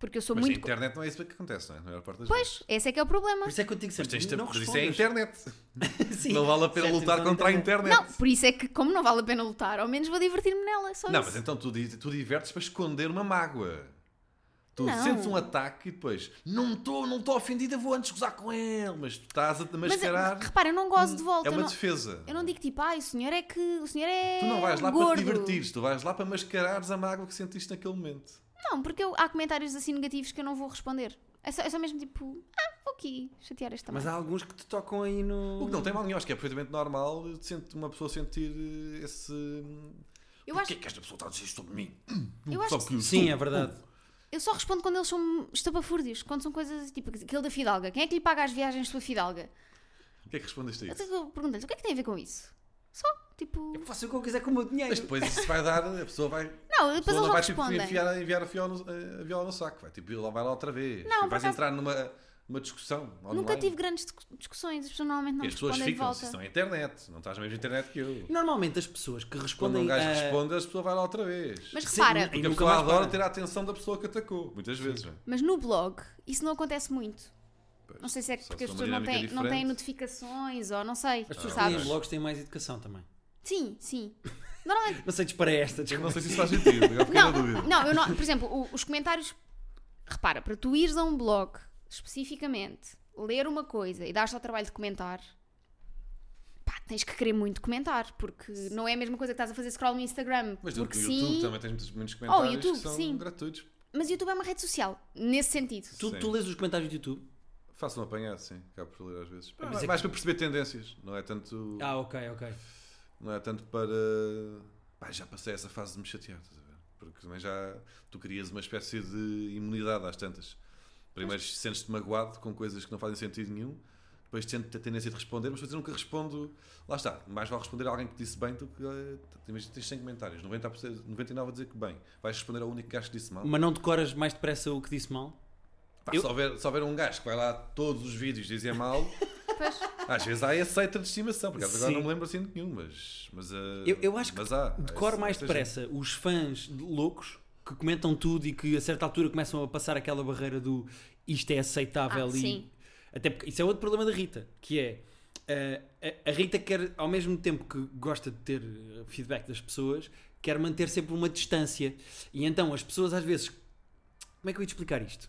Speaker 2: Porque eu sou
Speaker 3: Mas na
Speaker 2: muito. co-
Speaker 3: internet não é isso que acontece, não é? Na maior parte das vezes.
Speaker 2: Pois, esse é que é o problema.
Speaker 1: Por isso é que eu digo
Speaker 3: Mas
Speaker 1: sempre:
Speaker 3: tens de-
Speaker 1: não
Speaker 3: mas isso é a
Speaker 1: respondas.
Speaker 3: internet.
Speaker 1: Sim.
Speaker 3: Não vale a pena
Speaker 1: Certo,
Speaker 3: lutar
Speaker 1: então,
Speaker 3: contra a
Speaker 1: então,
Speaker 3: internet.
Speaker 2: Não, por isso é que, como não vale a pena lutar, ao menos vou divertir-me nela. Só
Speaker 3: Não,
Speaker 2: isso.
Speaker 3: mas então tu, di- tu divertes para esconder uma mágoa. Tu
Speaker 2: Não.
Speaker 3: sentes um ataque e depois não estou não estou ofendida, vou antes gozar com ele, mas tu estás a te
Speaker 2: Mas,
Speaker 3: mascarar.
Speaker 2: repara, eu não gosto de volta.
Speaker 3: é uma
Speaker 2: eu, não,
Speaker 3: defesa.
Speaker 2: eu não digo tipo, ai, o senhor é que. O senhor é.
Speaker 3: tu não vais lá para
Speaker 2: gordo."
Speaker 3: te divertires, tu vais lá para mascarares a mágoa que sentiste naquele momento.
Speaker 2: Não, porque eu- há comentários assim negativos que eu não vou responder. É só, é só mesmo tipo, ah, vou aqui chatear esta
Speaker 1: Mas
Speaker 2: merda.
Speaker 1: há alguns que te tocam aí no.
Speaker 3: O que não tem mal nenhum, acho que é perfeitamente normal eh, sente- uma pessoa sentir eh, esse.
Speaker 2: Eu
Speaker 3: Porquê
Speaker 2: acho,
Speaker 3: é que esta pessoa está a dizer isto sobre mim?
Speaker 2: eu acho
Speaker 3: Só
Speaker 2: que
Speaker 3: que eu
Speaker 1: Sim,
Speaker 3: sou-
Speaker 1: é verdade.
Speaker 2: eu só respondo quando eles são estapafúrdios, quando são coisas tipo aquele da Fidalga. Quem é que lhe paga as viagens da sua Fidalga?
Speaker 3: O que é que respondeste a
Speaker 2: Eu
Speaker 3: isso?
Speaker 2: te- eu pergunto-lhes, o que é que tem a ver com isso? Só, tipo.
Speaker 1: Eu faço o que eu quiser com o meu dinheiro.
Speaker 3: Mas depois isso vai dar, a pessoa vai. a
Speaker 2: Não, depois
Speaker 3: pessoa
Speaker 2: eles
Speaker 3: não
Speaker 2: não
Speaker 3: vai tipo,
Speaker 2: respondem.
Speaker 3: enfiar, enviar a viola, no, eh, a viola no saco, vai tipo, lá vai lá outra vez.
Speaker 2: Não,
Speaker 3: Tipo,
Speaker 2: por
Speaker 3: vais
Speaker 2: acaso-
Speaker 3: entrar numa, numa discussão.
Speaker 2: Nunca
Speaker 3: online.
Speaker 2: tive grandes discu- discussões, as pessoas normalmente não
Speaker 3: E as pessoas
Speaker 2: respondem de
Speaker 3: ficam,
Speaker 2: volta.
Speaker 3: se estão na internet, não estás na mesma internet que eu.
Speaker 1: Normalmente as pessoas que
Speaker 3: Quando
Speaker 1: respondem.
Speaker 3: um gajo
Speaker 1: a-
Speaker 3: responde, a pessoa vai lá outra vez.
Speaker 2: eh, Mas
Speaker 1: Sim,
Speaker 2: repara,
Speaker 1: nunca-
Speaker 3: Porque a
Speaker 1: e
Speaker 3: pessoa
Speaker 1: mais
Speaker 3: adora
Speaker 1: para.
Speaker 3: ter a atenção da pessoa que atacou, muitas vezes. não é?
Speaker 2: mas no blog isso não acontece muito.
Speaker 3: Pois.
Speaker 2: Não sei se é
Speaker 3: Só
Speaker 2: porque as
Speaker 3: se for
Speaker 2: pessoas
Speaker 3: uma
Speaker 2: não têm,
Speaker 3: dinâmica
Speaker 2: não têm
Speaker 3: diferente.
Speaker 2: notificações ou não sei,
Speaker 1: As pessoas que
Speaker 2: sabes?
Speaker 1: têm blogs têm mais educação também.
Speaker 2: Sim, sim. Normalmente
Speaker 1: Não sei disparar esta,
Speaker 3: Eu
Speaker 1: desculpa.
Speaker 3: não sei se isso faz sentido, agora fiquei
Speaker 2: Não,
Speaker 3: na dúvida.
Speaker 2: não, eu não. Por exemplo, o- os comentários. Repara, para tu ires a um blog especificamente, ler uma coisa e dar-te ao trabalho de comentar, pá, tens que querer muito comentar, porque não é a mesma coisa que estás a fazer scroll no Instagram.
Speaker 3: Mas no
Speaker 2: porque
Speaker 3: YouTube
Speaker 2: sim. Oh,
Speaker 3: também tens muitos, muitos comentários
Speaker 2: YouTube,
Speaker 3: que são
Speaker 2: sim.
Speaker 3: gratuitos.
Speaker 2: Mas YouTube é uma rede social, nesse sentido.
Speaker 1: Tu,
Speaker 3: Sim.
Speaker 1: tu lês os comentários do YouTube?
Speaker 3: Faço um apanhado, sim. Acabo por ler às vezes.
Speaker 1: mas
Speaker 3: mais
Speaker 1: é
Speaker 3: mais
Speaker 1: que-
Speaker 3: para perceber tendências. Não é tanto,
Speaker 1: Ah, ok, ok.
Speaker 3: não é tanto para... Pá, já passei essa fase de me chatear, estás a ver? Porque também já... Tu crias uma espécie de imunidade às tantas. Primeiro sentes-te magoado com coisas que não fazem sentido nenhum. Depois tens a tendência de responder, mas depois eu nunca respondo... Lá está. Mais vale responder a alguém que disse bem do que... eh, Imagina tens 100 comentários. 90%, 99% a dizer que bem. Vais responder ao único gajo que disse mal.
Speaker 1: Mas não decoras mais depressa o que disse mal?
Speaker 3: Pá,
Speaker 1: Eu-
Speaker 3: se, houver, se houver um gajo que vai lá a todos os vídeos dizer mal,
Speaker 2: Pois.
Speaker 3: às vezes há essa seita de estimação, porque agora
Speaker 1: Sim.
Speaker 3: não me lembro assim de nenhum, mas. mas eh,
Speaker 1: Eu- eu acho que
Speaker 3: mas há, há
Speaker 1: Decoro
Speaker 3: esse-
Speaker 1: mais
Speaker 3: essa
Speaker 1: depressa os fãs de- loucos que comentam tudo e que a certa altura começam a passar aquela barreira do isto é aceitável
Speaker 2: Ah,
Speaker 1: e
Speaker 2: sim.
Speaker 1: até porque isso é outro problema da Rita, que é eh, a- a Rita quer, ao mesmo tempo que gosta de ter eh, feedback das pessoas, quer manter sempre uma distância. E então as pessoas às vezes. Como é que eu ia te explicar isto?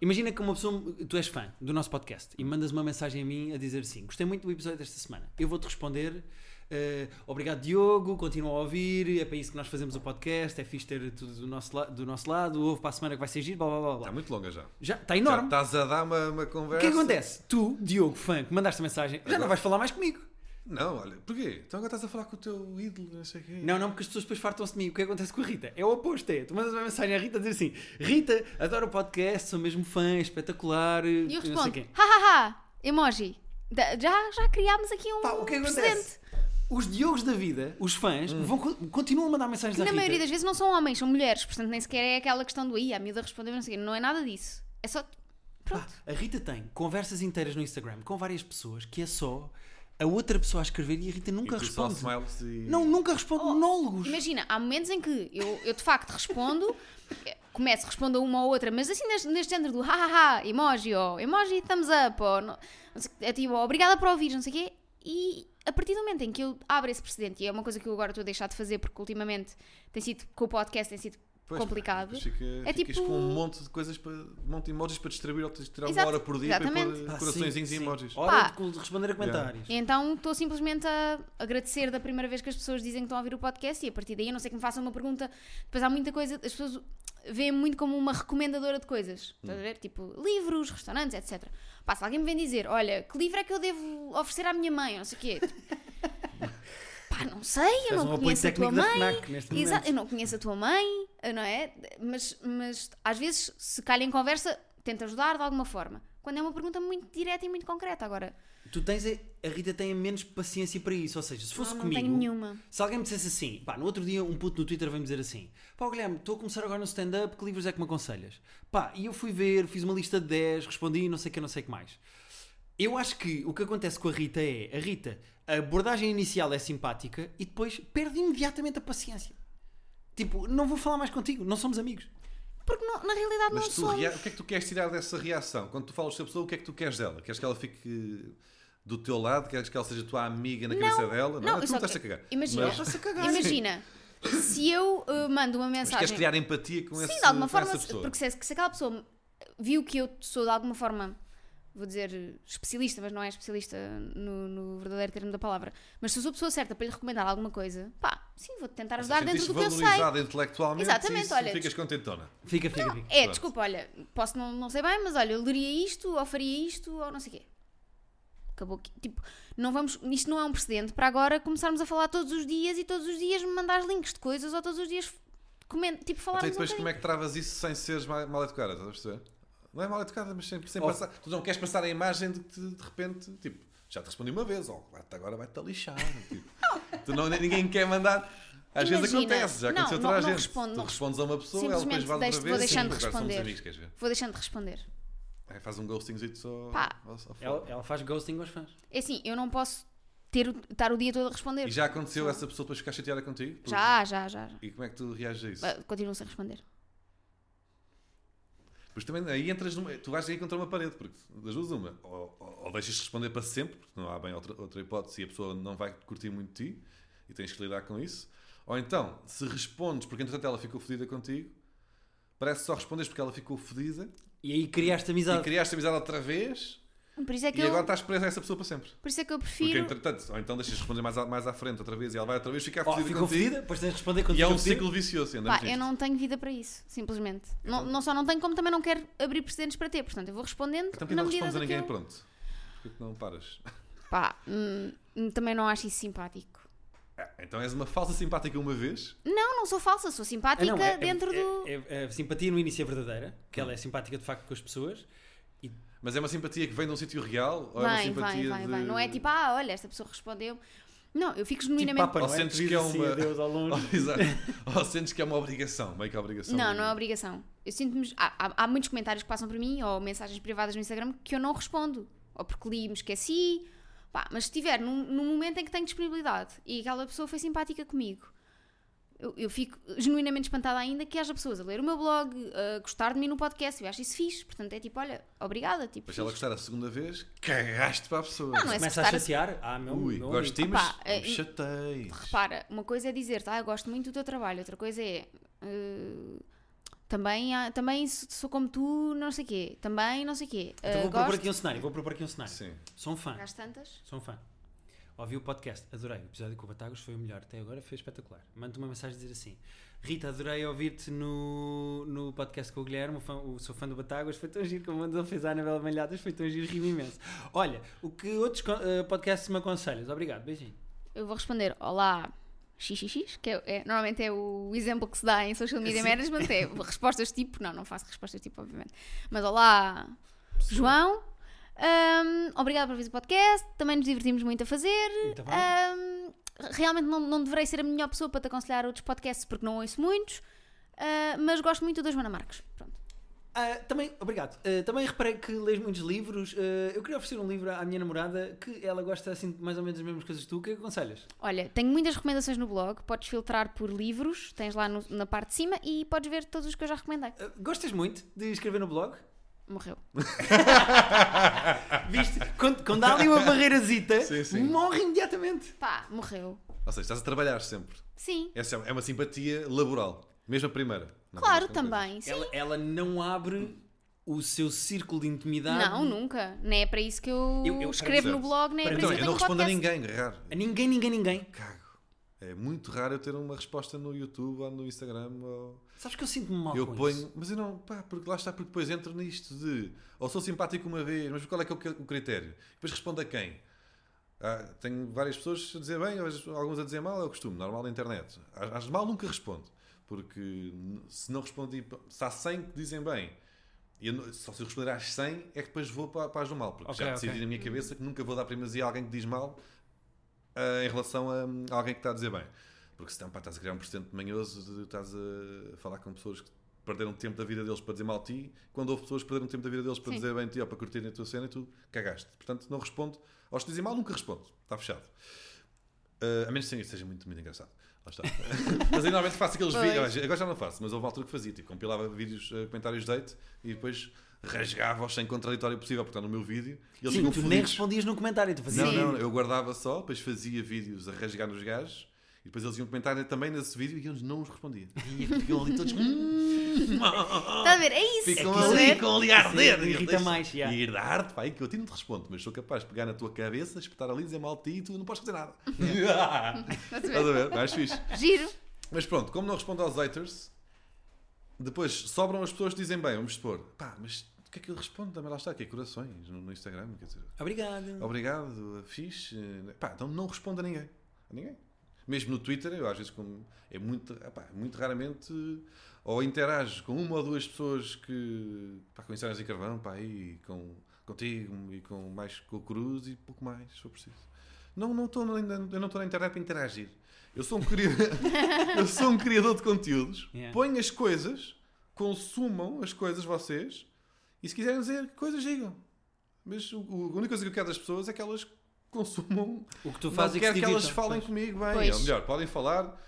Speaker 1: Imagina que uma pessoa. Tu és fã do nosso podcast e mandas uma mensagem a mim a dizer assim: Gostei muito do episódio desta semana. Eu vou-te responder. eh, obrigado, Diogo. Continua a ouvir. É para isso que nós fazemos o podcast. É fixe ter tudo do nosso, la- do nosso lado. Houve para a semana que vai ser giro. Blá blá blá.
Speaker 3: Está
Speaker 1: blá.
Speaker 3: Tá muito longa já.
Speaker 1: Já está
Speaker 3: já tá
Speaker 1: enorme.
Speaker 3: estás a dar uma, uma
Speaker 1: É O
Speaker 3: conversa.
Speaker 1: que é que acontece? Tu, Diogo, fã, que mandaste a mensagem, já não vais falar mais comigo.
Speaker 3: Não, olha, porquê? Então agora estás a falar com o teu ídolo, não sei o quê.
Speaker 1: Não, não, porque as pessoas depois fartam-se de mim. O que acontece com a Rita? É o oposto, é. Tu mandas uma mensagem à Rita a dizer assim: Rita, adoro o podcast, sou mesmo fã, é espetacular.
Speaker 2: E eu
Speaker 1: não sei
Speaker 2: respondo,
Speaker 1: quê.
Speaker 2: hahaha, emoji. Da- já, já criámos aqui um
Speaker 1: Pá, o que é que
Speaker 2: precedente.
Speaker 1: acontece? Os Diogos da vida, os fãs, vão, co- continuam a mandar mensagens
Speaker 2: Que
Speaker 1: à
Speaker 2: na
Speaker 1: Rita.
Speaker 2: maioria das vezes não são homens, são mulheres, portanto nem sequer é aquela questão do aí, a miúda respondeu, não sei o quê. Não é nada disso. É só. Pronto.
Speaker 1: A Rita tem conversas inteiras no Instagram com várias pessoas que é só a outra pessoa a escrever e a Rita
Speaker 3: E
Speaker 1: nunca
Speaker 3: tu só
Speaker 1: responde.
Speaker 3: smiles e.
Speaker 1: Não, é um- nunca responde
Speaker 2: Oh,
Speaker 1: monólogos.
Speaker 2: Imagina, há momentos em que eu, eu de facto respondo, eh, começo, respondo a uma ou outra, mas assim neste, neste género do hahaha, emoji, ou emoji, thumbs up, ou não, não sei, é tipo, ó, obrigada por ouvir, não sei o quê, e a partir do momento em que eu abro esse precedente, e é uma coisa que eu agora estou a deixar de fazer, porque ultimamente tem sido, com o podcast tem sido
Speaker 3: Pois,
Speaker 2: complicado.
Speaker 3: Mas fica,
Speaker 2: É
Speaker 3: ficas
Speaker 2: tipo-
Speaker 3: com um monte de coisas para. Um monte de emojis para distribuir, ou tens de tirar
Speaker 2: Exato,
Speaker 3: uma hora por dia
Speaker 2: exatamente.
Speaker 3: para
Speaker 1: Pá,
Speaker 3: pôr
Speaker 1: Ah,
Speaker 3: coraçõezinhos
Speaker 1: sim,
Speaker 3: e
Speaker 1: sim.
Speaker 3: emojis.
Speaker 1: Hora
Speaker 2: Pá.
Speaker 1: de- de responder a comentários.
Speaker 2: Então estou simplesmente a agradecer da primeira vez que as pessoas dizem que estão a ouvir o podcast e a partir daí, a não sei que me façam uma pergunta, depois há muita coisa, as pessoas veem muito como uma recomendadora de coisas, estás a ver? Tipo, livros, restaurantes, etc. Pá, se alguém me vem dizer, olha, que livro é que eu devo oferecer à minha mãe, ou não sei o quê. Pá, não sei, eu
Speaker 1: És
Speaker 2: não
Speaker 1: um apoio
Speaker 2: conheço a tua
Speaker 1: técnico da
Speaker 2: mãe.
Speaker 1: FNAC neste momento.
Speaker 2: Exato, eu não conheço a tua mãe, não é? Mas, mas às vezes, se calha em conversa, tento ajudar de alguma forma. Quando é uma pergunta muito direta e muito concreta agora.
Speaker 1: Tu tens a, a Rita tem a menos paciência para isso, ou seja, se fosse
Speaker 2: Ah, não, não
Speaker 1: comigo.
Speaker 2: tenho nenhuma.
Speaker 1: Se alguém me dissesse assim, pá, no outro dia um puto no Twitter veio-me dizer assim: pá, Guilherme, estou a começar agora no stand-up, que livros é que me aconselhas? Pá, e eu fui ver, fiz uma lista de 10, respondi, não sei o que, não sei o que mais. Eu acho que o que acontece com a Rita é: a Rita, a abordagem inicial é simpática e depois perde imediatamente a paciência. Tipo, não vou falar mais contigo, não somos amigos.
Speaker 2: Porque não- na realidade
Speaker 3: Mas
Speaker 2: não
Speaker 3: tu
Speaker 2: sou.
Speaker 3: rea- o que é que tu queres tirar dessa reação? Quando tu falas com a pessoa, o que é que tu queres dela? Queres que ela fique do teu lado? Queres que ela seja tua amiga na cabeça dela?
Speaker 2: não,
Speaker 3: tu
Speaker 2: eu
Speaker 3: não
Speaker 2: só
Speaker 3: estás a
Speaker 2: que-
Speaker 3: cagar.
Speaker 2: imagina.
Speaker 3: Mas, mas
Speaker 2: Imagina, se eu uh, mando uma
Speaker 3: queres
Speaker 2: mensagem.
Speaker 3: criar empatia com, esse,
Speaker 2: Sim, de alguma
Speaker 3: com
Speaker 2: forma,
Speaker 3: essa
Speaker 2: se-
Speaker 3: pessoa.
Speaker 2: porque se, se aquela pessoa viu que eu sou de alguma forma, vou dizer eh, especialista, mas não é especialista no, no verdadeiro termo da palavra, mas se eu sou a pessoa certa para lhe recomendar alguma coisa, pá, sim, vou tentar ajudar dentro do que eu sei.
Speaker 3: valorizada intelectualmente
Speaker 2: Exatamente,
Speaker 3: isso,
Speaker 2: olha,
Speaker 3: ficas contentona.
Speaker 1: Fica, fica, fica.
Speaker 2: É,
Speaker 3: Pronto.
Speaker 2: desculpa, olha, posso não, não sei bem, mas olha, eu leria isto, ou faria isto, ou não sei o quê. Acabou aqui. Tipo, não vamos, isto não é um precedente para agora começarmos a falar todos os dias e todos os dias me mandar links de coisas ou todos os dias coment, tipo,
Speaker 3: Então, e
Speaker 2: falarmos
Speaker 3: depois
Speaker 2: um
Speaker 3: como
Speaker 2: bocadinho.
Speaker 3: é que travas isso sem seres mal, mal educada? Estás a perceber? Não é mal educada, mas sempre, sem
Speaker 1: Oh.
Speaker 3: passar. Tu não queres passar a imagem de que te- de repente, tipo, já te respondi uma vez, ó, vai-te agora vai-te a lixar. tipo. tu não, ninguém quer mandar. Às vezes
Speaker 2: Imagina.
Speaker 3: acontece, já
Speaker 2: Não,
Speaker 3: aconteceu
Speaker 2: não-
Speaker 3: toda a
Speaker 2: não
Speaker 3: gente.
Speaker 2: respondo,
Speaker 3: tu
Speaker 2: não
Speaker 3: respondes a uma pessoa, ela depois
Speaker 2: Simplesmente
Speaker 3: vai outra
Speaker 2: deixo-
Speaker 3: vez.
Speaker 2: vou deixando
Speaker 3: sim,
Speaker 2: de
Speaker 3: agora somos
Speaker 2: responder.
Speaker 3: amigos, queres ver?
Speaker 2: Vou deixando de responder.
Speaker 3: Aí faz um ghostingzito só.
Speaker 2: Pá.
Speaker 3: ao- ao- ao-
Speaker 1: Ela, ela faz ghosting aos fãs.
Speaker 2: É assim, eu não posso ter, o- estar o dia todo a responder.
Speaker 3: E já é aconteceu essa pessoa depois ficar chateada contigo? Por-
Speaker 2: Já, já, já. já.
Speaker 3: E como é que tu reages a isso?
Speaker 2: Ah, Continuo sem responder.
Speaker 3: Pois também aí entras numa. Tu vais aí contra uma parede, porque das duas uma. Ou, ou, ou deixas de responder para sempre, porque não há bem outra, outra hipótese e a pessoa não vai curtir muito de ti e tens que lidar com isso. Ou então, se respondes porque entretanto ela ficou fodida contigo, parece que só respondes porque ela ficou fodida
Speaker 1: E aí criaste
Speaker 3: e
Speaker 1: amizade.
Speaker 3: criaste amizade outra vez
Speaker 2: Por isso é que,
Speaker 3: E
Speaker 2: eu,
Speaker 3: agora estás preso a essa pessoa para sempre.
Speaker 2: por isso é que eu
Speaker 3: Porque,
Speaker 2: prefiro.
Speaker 3: entretanto, ou então deixas responder mais à, mais à frente outra vez e ela vai outra vez ficar
Speaker 1: Oh,
Speaker 3: fodida
Speaker 1: ficou
Speaker 3: contigo.
Speaker 1: fedida? Depois tens de responder quando
Speaker 3: E é
Speaker 1: ficou
Speaker 3: um
Speaker 1: fedida?
Speaker 3: ciclo vicioso.
Speaker 2: Pá,
Speaker 3: andamos
Speaker 2: eu
Speaker 3: nisto.
Speaker 2: não tenho vida para isso, simplesmente. Não,
Speaker 3: Então-
Speaker 2: não só não tenho, como também não quero abrir precedentes para ter. Portanto, eu vou respondendo
Speaker 3: Então porque
Speaker 2: na
Speaker 3: não
Speaker 2: medida
Speaker 3: respondes a
Speaker 2: do que
Speaker 3: ninguém,
Speaker 2: eu...
Speaker 3: pronto. Porque não paras.
Speaker 2: Pá, hum, também não acho isso simpático.
Speaker 3: Ah, Então és uma falsa simpática uma vez.
Speaker 2: Não, não sou falsa, sou
Speaker 1: Ah,
Speaker 2: simpática
Speaker 1: não, é- é-
Speaker 2: dentro
Speaker 1: é-
Speaker 2: do.
Speaker 1: é- é- a simpatia no início é verdadeira, que ela é simpática de facto com as pessoas. Tipo,
Speaker 3: Mas é uma simpatia que vem de um sítio real? Ou é uma
Speaker 2: Vem,
Speaker 3: simpatia
Speaker 2: vem, vem,
Speaker 3: de...
Speaker 2: vem. Não é tipo, ah, olha, esta pessoa respondeu. Não, eu fico
Speaker 1: Tipo
Speaker 2: genuinamente.
Speaker 1: Papa
Speaker 3: Ou
Speaker 1: Noel,
Speaker 3: sentes
Speaker 1: diz
Speaker 3: que é
Speaker 1: assim
Speaker 3: uma-
Speaker 1: adeus ao longe.
Speaker 3: Oh, exato. Ou sentes que é uma obrigação, meio que a obrigação.
Speaker 2: não, não é obrigação. Eu sinto-me. Há, há- há muitos comentários que passam para mim ou mensagens privadas no Instagram que eu não respondo. Ou porque li e me esqueci. Pá, mas se estiver num, num momento em que tenho disponibilidade e aquela pessoa foi simpática comigo, eu, eu fico genuinamente espantada ainda que haja pessoas a ler o meu blog, a gostar de mim no podcast. Eu acho isso fixe. Portanto, é tipo, olha, obrigada. Tipo,
Speaker 3: Mas se ela
Speaker 2: fixe.
Speaker 3: gostar a segunda vez, cagaste para a pessoa.
Speaker 2: Não, não é
Speaker 1: Começa a
Speaker 2: gostar-
Speaker 1: chatear. Ah, meu,
Speaker 3: Ui,
Speaker 1: meu
Speaker 3: gosto de ti,
Speaker 1: amigo.
Speaker 3: mas
Speaker 2: Opa,
Speaker 3: não me
Speaker 2: eh,
Speaker 3: chateias.
Speaker 2: Repara, uma coisa é dizer-te, ah, eu gosto muito do teu trabalho, outra coisa é. eh, também, há- também sou sou como tu, não sei quê. Também, não sei quê.
Speaker 1: Então vou
Speaker 2: Eh,
Speaker 1: propor
Speaker 2: gosto.
Speaker 1: aqui um cenário, vou propor aqui um cenário.
Speaker 3: Sim.
Speaker 1: Sou um fã,
Speaker 2: Às tantas.
Speaker 1: sou um fã. Ouvi o podcast, adorei. O episódio com o Batagos foi o melhor até agora, foi espetacular. Manda-te uma mensagem dizer assim: Rita, adorei ouvir-te no, no podcast com o Guilherme, o fã- o- sou fã do Batáguas, foi tão giro como ele fez a Anabela Malhadas, foi tão giro, rimo imenso. Olha, o que outros con- eh, podcasts me aconselhas? Obrigado, beijinho.
Speaker 2: Eu vou responder, olá, xxx, que é, é- normalmente é o exemplo que se dá em social media management, é respostas tipo, não, não faço respostas tipo, obviamente. Mas olá, João. Ahm, obrigada por ver o podcast, também nos divertimos muito a fazer.
Speaker 1: Muito bem.
Speaker 2: Ahm, realmente não, não deverei ser a melhor pessoa para te aconselhar outros podcasts porque não ouço muitos, ah, mas gosto muito da Joana Marques. Pronto.
Speaker 1: Ah, também, obrigado. Ah, também reparei que lês muitos livros. Ah, eu queria oferecer um livro à minha namorada que ela gosta assim de mais ou menos das mesmas coisas que tu. O que é que aconselhas?
Speaker 2: Olha, tenho muitas recomendações no blog, podes filtrar por livros, tens lá no- na parte de cima e podes ver todos os que eu já recomendei.
Speaker 1: Ah, gostas muito de escrever no blog?
Speaker 2: Morreu.
Speaker 1: Viste? Quando, quando há ali uma barreirazita,
Speaker 3: Sim, sim.
Speaker 1: morre imediatamente.
Speaker 2: Pá, morreu.
Speaker 3: Ou seja, estás a trabalhar sempre.
Speaker 2: Sim.
Speaker 3: Essa é uma simpatia laboral. Mesmo a primeira. Não,
Speaker 2: Claro,
Speaker 3: não tem coisa.
Speaker 2: também. Sim.
Speaker 1: Ela, ela não abre o seu círculo de intimidade
Speaker 2: Não, nunca. Nem é para isso que eu,
Speaker 1: Eu- eu-
Speaker 2: escrevo no
Speaker 3: Certo.
Speaker 2: blog, nem é
Speaker 1: Para
Speaker 2: para isso
Speaker 3: Então,
Speaker 1: mim
Speaker 2: que eu
Speaker 3: eu
Speaker 2: tenho
Speaker 3: não
Speaker 2: um
Speaker 3: respondo a
Speaker 2: podcast.
Speaker 3: ninguém, raro.
Speaker 1: a ninguém, ninguém, ninguém.
Speaker 3: Cago. É muito raro eu ter uma resposta no YouTube ou no Instagram ou...
Speaker 1: Sabes que eu sinto-me mal
Speaker 3: eu
Speaker 1: com
Speaker 3: ponho,
Speaker 1: isso.
Speaker 3: mas eu não, pá, porque lá está, porque depois entro nisto de ou sou simpático uma vez, mas qual é que é o que- o critério? Depois respondo a quem? Ah, tenho várias pessoas a dizer bem, alguns a dizer mal, é o costume, normal na internet. Às, às de mal nunca respondo, porque n- se não respondi, pa- se há 100 que dizem bem, e eu não- só se eu responder às 100 é que depois vou para, para as do mal, porque
Speaker 1: Ok,
Speaker 3: já
Speaker 1: ok.
Speaker 3: decidi na minha cabeça que nunca vou dar primazia a alguém que diz mal ah, em relação a, a alguém que está a dizer bem. Porque senão pá, estás a criar um precedente manhoso, de- estás a falar com pessoas que perderam tempo da vida deles para dizer mal de ti, quando houve pessoas que perderam tempo da vida deles para
Speaker 2: Sim.
Speaker 3: dizer bem de ti ou para curtirem a tua cena e tu cagaste. Portanto, não respondo. Aos que dizem mal, nunca respondo. Está fechado. Ah, a menos que seja muito, muito engraçado. Lá está. mas eu normalmente faço aqueles
Speaker 2: Pois.
Speaker 3: vídeos. Agora já não faço, mas houve uma altura que fazia. Tipo, compilava vídeos, eh, comentários de date e depois rasgava-os sem contraditório possível, porque está no meu vídeo. E eles
Speaker 1: Sim,
Speaker 3: ficam
Speaker 1: tu nem
Speaker 3: felizes.
Speaker 1: respondias no comentário, tu fazias.
Speaker 3: Não,
Speaker 2: Sim.
Speaker 3: não, eu guardava só, depois fazia vídeos a rasgar nos gajos e depois eles iam comentar também nesse vídeo e eu não os respondia.
Speaker 1: E ficam ali todos.
Speaker 2: Está a ver? É isso.
Speaker 3: Ficam
Speaker 2: Estás a
Speaker 3: "Hum, ali,
Speaker 2: ver?
Speaker 3: ficam ali a arder.
Speaker 1: Sim, irrita
Speaker 3: Deixa-
Speaker 1: mais, já.
Speaker 3: E ir da arte, pá, aí que eu a ti não te respondo, mas sou capaz de pegar na tua cabeça, espetar ali, dizer mal de ti e tu não podes fazer nada.
Speaker 2: Estás a
Speaker 3: Estás a
Speaker 2: ver?
Speaker 3: ver? Mais fixe.
Speaker 2: Giro.
Speaker 3: Mas pronto, como não respondo aos haters, depois sobram as pessoas que dizem bem, vamos supor, pá, mas o que é que eu respondo? Também lá está aqui, corações no, no Instagram, quer dizer,
Speaker 1: Obrigado.
Speaker 3: obrigado, fixe, eh, pá, então não respondo a ninguém. A ninguém. Mesmo no Twitter, eu às vezes como é muito, epá, muito raramente eh, ou interajo com uma ou duas pessoas que pá, com Instagram e Carvão, pá, e com contigo e com mais com o Cruz e pouco mais, se for preciso. Não, não estou na, eu não estou na internet para interagir. Eu sou um criador, eu sou um criador de conteúdos.
Speaker 1: Yeah.
Speaker 3: Ponho as coisas, consumam as coisas vocês e se quiserem dizer coisas digam. Mas o- o- a única coisa que eu quero das pessoas é que elas consumam
Speaker 1: O que tu
Speaker 3: não
Speaker 1: fazes é que,
Speaker 3: quero
Speaker 1: se
Speaker 3: que elas
Speaker 1: divirtam.
Speaker 3: falem comigo bem.
Speaker 2: Pois.
Speaker 3: Ou melhor, podem falar.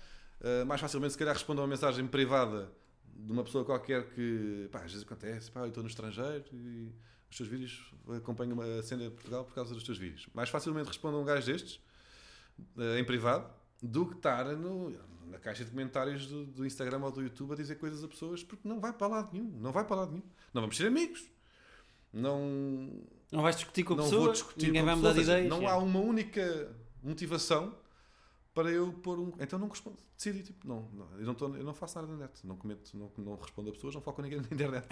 Speaker 3: eh, mais facilmente, se calhar, respondam uma mensagem privada de uma pessoa qualquer que, pá, às vezes acontece, pá, eu estou no estrangeiro e os teus vídeos acompanham uma cena de Portugal por causa dos teus vídeos. Mais facilmente respondam um gajo destes, eh, em privado, do que estar no- na caixa de comentários do, do Instagram ou do YouTube a dizer coisas a pessoas, porque não vai para lado nenhum, não vai para lado nenhum. Não vamos ser amigos. Não.
Speaker 1: Não vais discutir com a
Speaker 3: não
Speaker 1: pessoa,
Speaker 3: vou discutir
Speaker 1: ninguém
Speaker 3: com
Speaker 1: vai
Speaker 3: a
Speaker 1: mudar
Speaker 3: pessoa,
Speaker 1: de
Speaker 3: ou seja,
Speaker 1: ideias.
Speaker 3: Não
Speaker 1: yeah.
Speaker 3: há uma única motivação para eu pôr um. Então não respondo. Decidi, tipo, não, não, eu, não tô- eu não faço nada na internet. Não comento, não, não respondo a pessoas, não falo com ninguém na internet.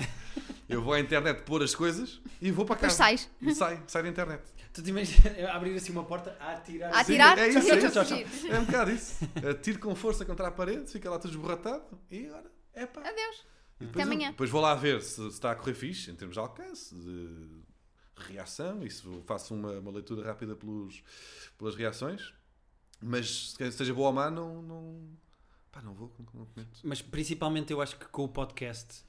Speaker 3: eu vou à internet pôr as coisas e vou para
Speaker 2: Depois
Speaker 3: casa.
Speaker 2: sais.
Speaker 3: E sai, sai da internet.
Speaker 1: Tu te imaginas eu abrir assim uma porta a atirar.
Speaker 2: A
Speaker 1: assim.
Speaker 2: atirar,
Speaker 3: é isso,
Speaker 2: e
Speaker 3: é
Speaker 2: a
Speaker 3: isso, tchau,
Speaker 2: fugir.
Speaker 3: É um bocado isso. Tiro com força contra a parede, fica lá todo esborratado e agora. É pá.
Speaker 2: Adeus.
Speaker 3: E depois,
Speaker 2: Até
Speaker 3: eu-
Speaker 2: amanhã.
Speaker 3: depois vou lá ver se, se está a correr fixe em termos de alcance, de reação, e se faço uma, uma leitura rápida pelos, pelas reações. Mas se seja boa ou má, não. não pá, não vou, não, não comento.
Speaker 1: Mas principalmente eu acho que com o podcast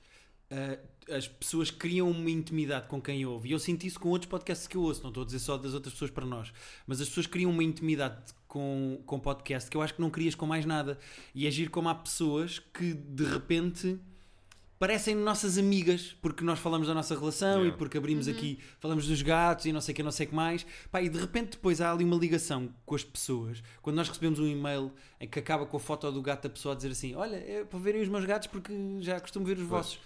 Speaker 1: ah, as pessoas criam uma intimidade com quem ouve. E eu senti isso com outros podcasts que eu ouço, não estou a dizer só das outras pessoas para nós, mas as pessoas criam uma intimidade com, com podcast que eu acho que não crias com mais nada. E agir como há pessoas que de repente parecem nossas amigas, porque nós falamos da nossa relação
Speaker 3: Yeah.
Speaker 1: e porque abrimos aqui, falamos dos gatos e não sei o que, não sei o que mais. Pá, e de repente depois há ali uma ligação com as pessoas. Quando nós recebemos um e-mail em que acaba com a foto do gato da pessoa a dizer assim: Olha, é para verem os meus gatos porque já costumo ver os vossos.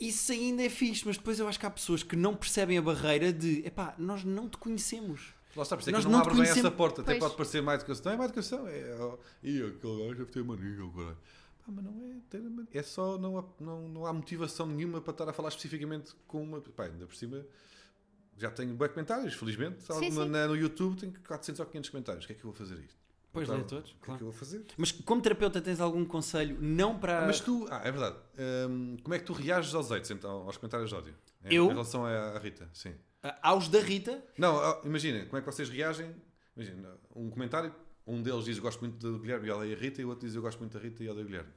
Speaker 1: Isso ainda é fixe, mas depois eu acho que há pessoas que não percebem a barreira de epá, nós não te conhecemos.
Speaker 3: Lá está, por isso é que
Speaker 1: Nós
Speaker 3: eu não,
Speaker 1: não te
Speaker 3: abro bem essa
Speaker 1: conhecemos-
Speaker 3: porta. Até
Speaker 2: Pois.
Speaker 3: pode parecer má educação. Não é má educação. É, ó, e aquele gajo deve ter mania, o caralho. Pá, mas não é. ter mania. É só. Não há, não, não há motivação nenhuma para estar a falar especificamente com uma. Pá, ainda por cima. Já tenho bué comentários, felizmente.
Speaker 2: Sim,
Speaker 3: no,
Speaker 2: sim.
Speaker 3: na- no YouTube tenho 400 ou 500 comentários. O que é que eu vou fazer isto?
Speaker 1: Pois
Speaker 3: Claro.
Speaker 1: lê todos,
Speaker 3: O que é que
Speaker 1: claro.
Speaker 3: eu vou fazer?
Speaker 1: Mas como terapeuta tens algum conselho não para.
Speaker 3: Mas tu. Ah, é verdade. Hum, como é que tu reages aos hates, então, aos comentários de ódio? Em-
Speaker 1: Eu?
Speaker 3: Em relação à à Rita, sim.
Speaker 1: Ah, aos da Rita,
Speaker 3: Não, ah, imagina, como é que vocês reagem? Imagina, um comentário, um deles diz gosto muito do Guilherme e odeio a Rita, e o outro diz eu gosto muito da Rita e odeio o Guilherme.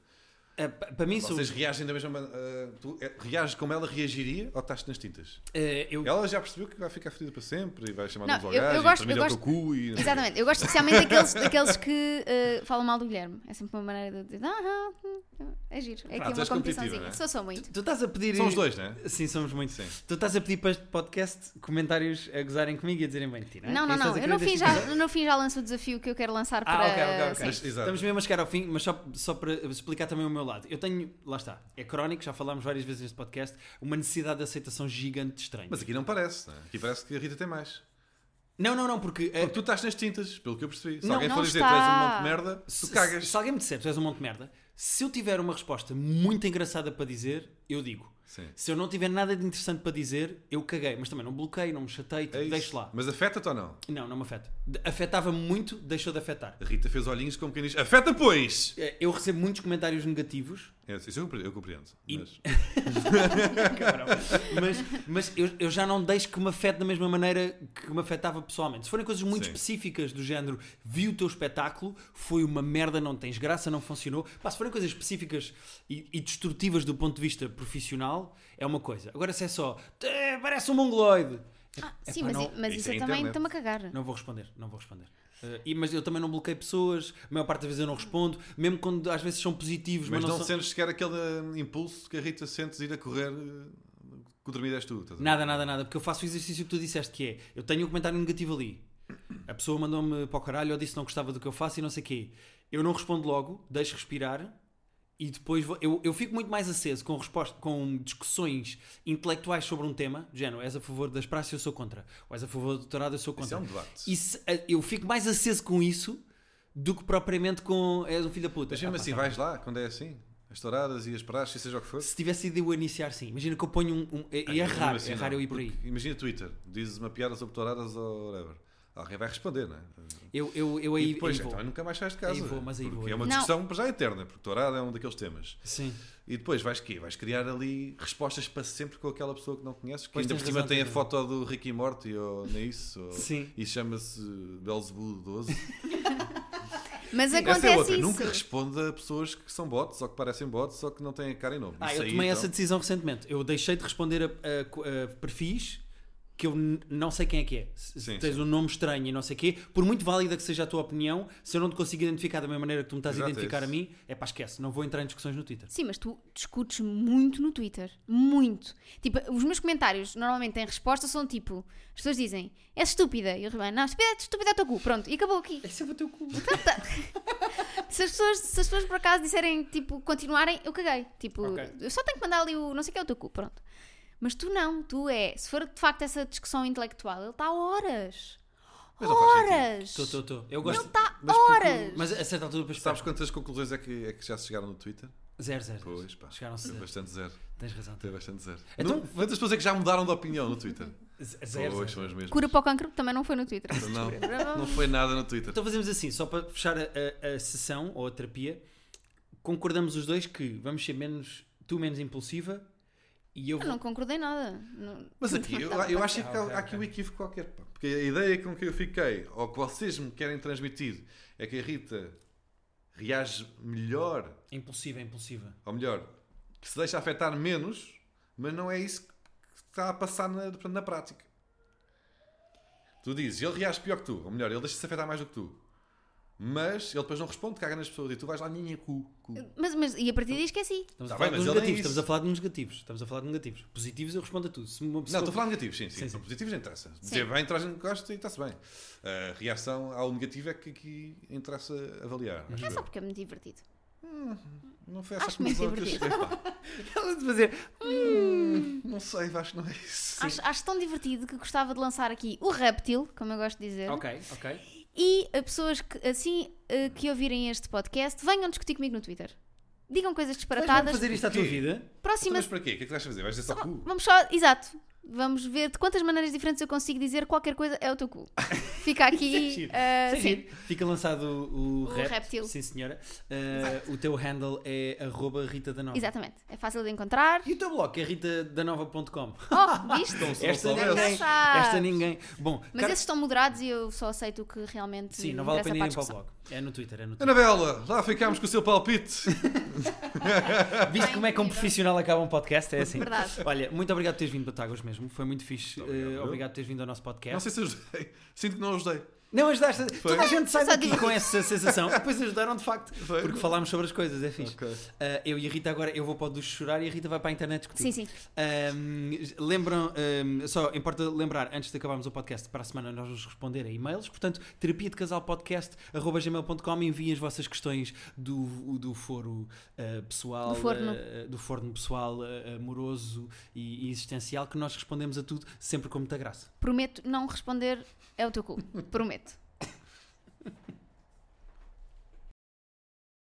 Speaker 1: ah, pa- para mim sou.
Speaker 3: Vocês reagem da mesma maneira. ah, tu eh, reages como ela reagiria ou estás nas tintas?
Speaker 1: Ah, eu,
Speaker 3: Ela já percebeu que vai ficar ferida para sempre e vai chamar
Speaker 2: Não,
Speaker 3: nos ao
Speaker 2: eu- eu
Speaker 3: gajo e
Speaker 2: gosto-
Speaker 3: termina
Speaker 2: eu
Speaker 3: o teu cu e. não sei o quê.
Speaker 2: Exatamente, eu gosto especialmente daqueles, daqueles que eh, falam mal do Guilherme. É sempre uma maneira de dizer, ah, ah, hum, é giro. É
Speaker 3: Ah, tu
Speaker 2: aqui uma
Speaker 3: és competitiva,
Speaker 2: competiçãozinha.
Speaker 3: né?
Speaker 2: Sou, sou muito.
Speaker 1: Tu estás a pedir.
Speaker 3: São os dois, não é?
Speaker 1: Sim, Assim somos muito.
Speaker 3: Sim.
Speaker 1: Tu estás a pedir para este podcast comentários a gozarem comigo e a dizerem bem de ti, não é?
Speaker 2: Não,
Speaker 1: É
Speaker 2: não,
Speaker 1: isso
Speaker 2: não.
Speaker 1: que
Speaker 2: Eu
Speaker 1: estás a
Speaker 2: no
Speaker 1: querer
Speaker 2: fim,
Speaker 1: deste
Speaker 2: já, no fim já lanço o desafio que eu quero lançar para.
Speaker 1: Ah, ok, ok, ok.
Speaker 2: sim.
Speaker 3: Mas, exato.
Speaker 1: Estamos mesmo a chegar ao fim, mas só, só para explicar também o meu lado. Eu tenho, lá está, é crónico, já falámos várias vezes neste podcast, uma necessidade de aceitação gigante de estranho.
Speaker 3: Mas aqui não parece, não é? Aqui parece que a Rita tem mais.
Speaker 1: Não, não, não, porque. eh,
Speaker 3: Porque tu estás nas tintas, pelo que eu percebi. Se
Speaker 1: Não,
Speaker 3: alguém
Speaker 2: É- não
Speaker 3: for dizer que tu
Speaker 2: está.
Speaker 3: és um monte de merda, tu
Speaker 1: se-
Speaker 3: cagas.
Speaker 1: Se, se alguém me disser tu és um monte de merda, se eu tiver uma resposta muito engraçada para dizer, eu digo.
Speaker 3: Sim.
Speaker 1: Se eu não tiver nada de interessante para dizer, eu caguei. Mas também não bloqueio, não me chatei, tipo,
Speaker 3: É isso.
Speaker 1: deixo lá.
Speaker 3: Mas afeta-te ou não?
Speaker 1: Não, não me afeta. De- Afetava-me muito, deixou de afetar.
Speaker 3: A Rita fez olhinhos como quem diz: afeta, pois!
Speaker 1: Eh, Eu recebo muitos comentários negativos,
Speaker 3: É, Isso eu compre- eu compreendo.
Speaker 1: E-
Speaker 3: mas-
Speaker 1: mas, mas eu, eu já não deixo que me afete da mesma maneira que me afetava pessoalmente. Se forem coisas muito
Speaker 3: Sim.
Speaker 1: específicas do género, vi o teu espetáculo, foi uma merda, não tens graça, não funcionou. Pá, se forem coisas específicas e, e destrutivas do ponto de vista profissional, é uma coisa. Agora se é só, "Eh, parece um mongoloide.
Speaker 2: Ah,
Speaker 1: Epá,
Speaker 2: sim, mas,
Speaker 1: não-
Speaker 2: i- mas
Speaker 3: isso
Speaker 2: isso
Speaker 3: é
Speaker 2: eu também
Speaker 3: internet.
Speaker 2: estou-me a cagar.
Speaker 1: Não vou responder, não vou responder. Eh, e, mas eu também não bloqueio pessoas, a maior parte das vezes eu não respondo, mesmo quando às vezes são positivos, mas,
Speaker 3: Mas
Speaker 1: não
Speaker 3: não
Speaker 1: são...
Speaker 3: sentes sequer aquele hum, impulso que a Rita sentes ir a correr eh, que o dormido és tu. estás a ver?
Speaker 1: Nada, nada, nada, porque eu faço o exercício que tu disseste que é, eu tenho um comentário negativo ali. A pessoa mandou-me para o caralho ou disse que não gostava do que eu faço e não sei o quê. Eu não respondo logo, deixo respirar e depois vou- eu, eu fico muito mais aceso com, resposta, com discussões intelectuais sobre um tema, do género, és a favor das praças, eu sou contra. Ou és a favor do doutorado, eu sou contra.
Speaker 3: Isso é um debate.
Speaker 1: Isso, eh, eu fico mais aceso com isso do que propriamente com és um filho da puta.
Speaker 3: Mas
Speaker 1: Ah,
Speaker 3: mesmo
Speaker 1: pá,
Speaker 3: assim,
Speaker 1: tá
Speaker 3: vais lá quando é assim? As touradas e as praxes, seja o que for.
Speaker 1: bem. Se tivesse ido eu iniciar, sim. Imagina que eu ponho um. um- e é
Speaker 3: Mesmo
Speaker 1: raro,
Speaker 3: assim,
Speaker 1: é raro
Speaker 3: não.
Speaker 1: eu ir por aí.
Speaker 3: Porque Imagina Twitter, dizes uma piada sobre touradas ou whatever. Alguém vai responder, não é?
Speaker 1: Eu, eu, eu aí.
Speaker 3: E depois,
Speaker 1: aí vou.
Speaker 3: então nunca mais sais de casa.
Speaker 1: Aí vou, mas aí
Speaker 3: porque
Speaker 1: vou, aí
Speaker 3: É uma
Speaker 2: vou.
Speaker 3: discussão para já eterna, porque tourada é um daqueles temas.
Speaker 1: Sim.
Speaker 3: E depois vais quê? Vais criar ali respostas para sempre com aquela pessoa que não conheces, que
Speaker 1: Pois
Speaker 3: ainda por
Speaker 1: tens
Speaker 3: cima
Speaker 1: razão,
Speaker 3: tem a
Speaker 1: tens
Speaker 3: foto do Ricky Morty ou nem isso. Ou...
Speaker 1: Sim.
Speaker 3: E chama-se Belzebu 12.
Speaker 2: Mas
Speaker 3: Essa é outra.
Speaker 2: acontece
Speaker 3: Nunca
Speaker 2: isso.
Speaker 3: responda a pessoas que são bots ou que parecem bots ou que não têm cara e nome.
Speaker 1: Ah,
Speaker 3: Isso
Speaker 1: eu
Speaker 3: aí,
Speaker 1: tomei
Speaker 3: então,
Speaker 1: essa decisão recentemente. Eu deixei de responder a, a co- a perfis que eu n- não sei quem é que é. Se se
Speaker 3: Sim,
Speaker 1: tens um nome estranho e não sei quê, por muito válida que seja a tua opinião, se eu não te consigo identificar da mesma maneira que tu me estás
Speaker 3: Exato,
Speaker 1: a
Speaker 3: é
Speaker 1: identificar a
Speaker 3: isso.
Speaker 1: mim, é pá, esquece, não vou entrar em discussões no Twitter.
Speaker 2: Sim, mas tu discutes muito no Twitter. Muito. Tipo, os meus comentários normalmente em resposta são tipo: as pessoas dizem, és estúpida. E eu respondo, não, estúpida, estúpida é o teu cu. Pronto, e acabou aqui.
Speaker 1: Isso é o teu cu.
Speaker 2: Se as, pessoas, se as pessoas por acaso disserem, tipo, continuarem, eu caguei. Tipo,
Speaker 1: Ok.
Speaker 2: eu só tenho que mandar ali o não sei o que é o teu cu, pronto. Mas tu não, tu é. Se for de facto essa discussão intelectual, ele está a horas.
Speaker 3: Mas não faz sentido.
Speaker 2: Horas!
Speaker 1: Estou, estou, estou. Eu
Speaker 2: Ele
Speaker 1: gosto.
Speaker 2: está
Speaker 3: Mas porque-
Speaker 2: horas!
Speaker 1: Mas a certa altura depois
Speaker 3: tá Sabes quantas conclusões é que, é que já se chegaram no Twitter?
Speaker 1: Zero, zero.
Speaker 3: Pois, pá.
Speaker 1: Chegaram-se
Speaker 3: Teve
Speaker 1: zero.
Speaker 3: bastante zero.
Speaker 1: Tens razão.
Speaker 3: Teve bastante zero.
Speaker 1: Então-
Speaker 3: Não- Quantas pessoas é que já mudaram de opinião no Twitter?
Speaker 1: Z- Zero,
Speaker 3: Pois, são
Speaker 1: zero.
Speaker 3: as mesmas.
Speaker 2: Cura para o cancro também não foi no Twitter.
Speaker 3: Não, não foi nada no Twitter.
Speaker 1: Então fazemos assim, só para fechar a, a- a sessão ou a terapia, concordamos os dois que vamos ser menos, tu menos impulsiva e eu
Speaker 2: Eu não concordei nada. Não-
Speaker 3: Mas aqui, eu, eu acho que
Speaker 1: Ah, ok,
Speaker 3: há aqui
Speaker 1: ok.
Speaker 3: um equívoco qualquer. pá. Porque a ideia com que eu fiquei, ou que vocês me querem transmitir, é que a Rita reage melhor,
Speaker 1: Impulsiva, impulsiva.
Speaker 3: ou melhor, que se deixa afetar menos, mas não é isso que está a passar na, na prática. Tu dizes, ele reage pior que tu, ou melhor, ele deixa-se afetar mais do que tu. Mas ele depois não responde, caga nas pessoas e tu vais lá, ninha, cu, cu.
Speaker 2: Mas, mas- e a partir daí esqueci.
Speaker 1: Estamos
Speaker 3: Tá
Speaker 1: a
Speaker 3: bem,
Speaker 1: falar
Speaker 3: mas
Speaker 1: dos
Speaker 3: ele é
Speaker 1: negativos,
Speaker 3: isso.
Speaker 1: estamos a falar de negativos. Estamos a falar de negativos. Positivos eu respondo a tudo. Se uma
Speaker 3: Não,
Speaker 1: pessoa-
Speaker 3: estou a falar de negativos, sim, sim.
Speaker 1: Sim, sim.
Speaker 3: Positivos não interessa. Dizer bem, traz gente que gosta e está-se bem. A reação ao negativo é que aqui interessa
Speaker 1: Uhum.
Speaker 3: avaliar. acho
Speaker 2: É
Speaker 3: eu.
Speaker 2: só porque é muito divertido.
Speaker 3: Não foi essa
Speaker 2: acho meio
Speaker 3: conclusão que eu
Speaker 2: divertido.
Speaker 3: cheguei, pá.
Speaker 1: Ela de fazer.
Speaker 3: Não sei, acho que não é isso.
Speaker 2: Acho, acho tão divertido que gostava de lançar aqui o réptil, como eu gosto de dizer.
Speaker 1: Ok, ok.
Speaker 2: E a pessoas que, assim eh, que ouvirem este podcast, venham discutir comigo no Twitter. Digam
Speaker 1: Vais
Speaker 2: coisas disparatadas.
Speaker 1: fazer isto à tua
Speaker 3: Porquê?
Speaker 1: vida?
Speaker 2: Próxima.
Speaker 3: Mas para quê? O que é que vais fazer? Vais dizer só cu?
Speaker 2: Vamos só. Exato. Vamos ver de quantas maneiras diferentes eu consigo dizer qualquer coisa é o teu cu. Fica aqui.
Speaker 1: Giro.
Speaker 2: eh,
Speaker 1: Sim,
Speaker 2: sim.
Speaker 1: giro. Fica lançado o,
Speaker 2: O
Speaker 1: rap,
Speaker 2: réptil.
Speaker 1: Sim, senhora. Ah, o teu handle é arroba Rita da Nova.
Speaker 2: Exatamente. É fácil de encontrar.
Speaker 1: E o teu blog é ritadanova.com.
Speaker 2: Oh, viste?
Speaker 3: Então, se não
Speaker 1: Esta
Speaker 3: soubesse-
Speaker 1: ninguém.
Speaker 2: Engraçado.
Speaker 1: Esta ninguém. Bom,
Speaker 2: Ah. Mas é
Speaker 1: cara-
Speaker 2: esses estão moderados e eu só aceito o que realmente.
Speaker 1: sim,
Speaker 2: me
Speaker 1: não vale a
Speaker 2: interessa
Speaker 1: pena irem para o
Speaker 2: discussão.
Speaker 1: blog. É no Twitter, é no Twitter.
Speaker 3: Anabela, lá ficámos com o seu palpite.
Speaker 1: Viste como é que um profissional acaba um podcast? É assim.
Speaker 2: Verdade.
Speaker 1: Olha, muito obrigado por teres vindo, Batáguas, mesmo. Foi muito fixe.
Speaker 3: Muito obrigado.
Speaker 1: Eh, obrigado por teres vindo ao nosso podcast.
Speaker 3: Não sei se ajudei. Sinto que não ajudei.
Speaker 1: Não ajudaste.
Speaker 3: Foi.
Speaker 1: Toda a gente sai
Speaker 2: Só
Speaker 1: daqui
Speaker 2: digo.
Speaker 1: com essa sensação. Depois ajudaram de facto.
Speaker 3: Foi.
Speaker 1: Porque falámos sobre as coisas, é fixe.
Speaker 3: Ok.
Speaker 1: Ah, eu e a Rita agora, eu vou para o dos chorar e a Rita vai para a internet discutir.
Speaker 2: Sim, sim.
Speaker 1: Ahm, lembram, ahm, só importa lembrar, antes de acabarmos o podcast, para a semana nós vamos responder a e-mails, portanto, terapia de casal podcast, gmail.com, enviem as vossas questões do, do foro ah, pessoal,
Speaker 2: Do forno.
Speaker 1: ah, do forno pessoal, ah, amoroso e, e existencial, que nós respondemos a tudo sempre com muita graça.
Speaker 2: Prometo não responder é o teu cu. Prometo.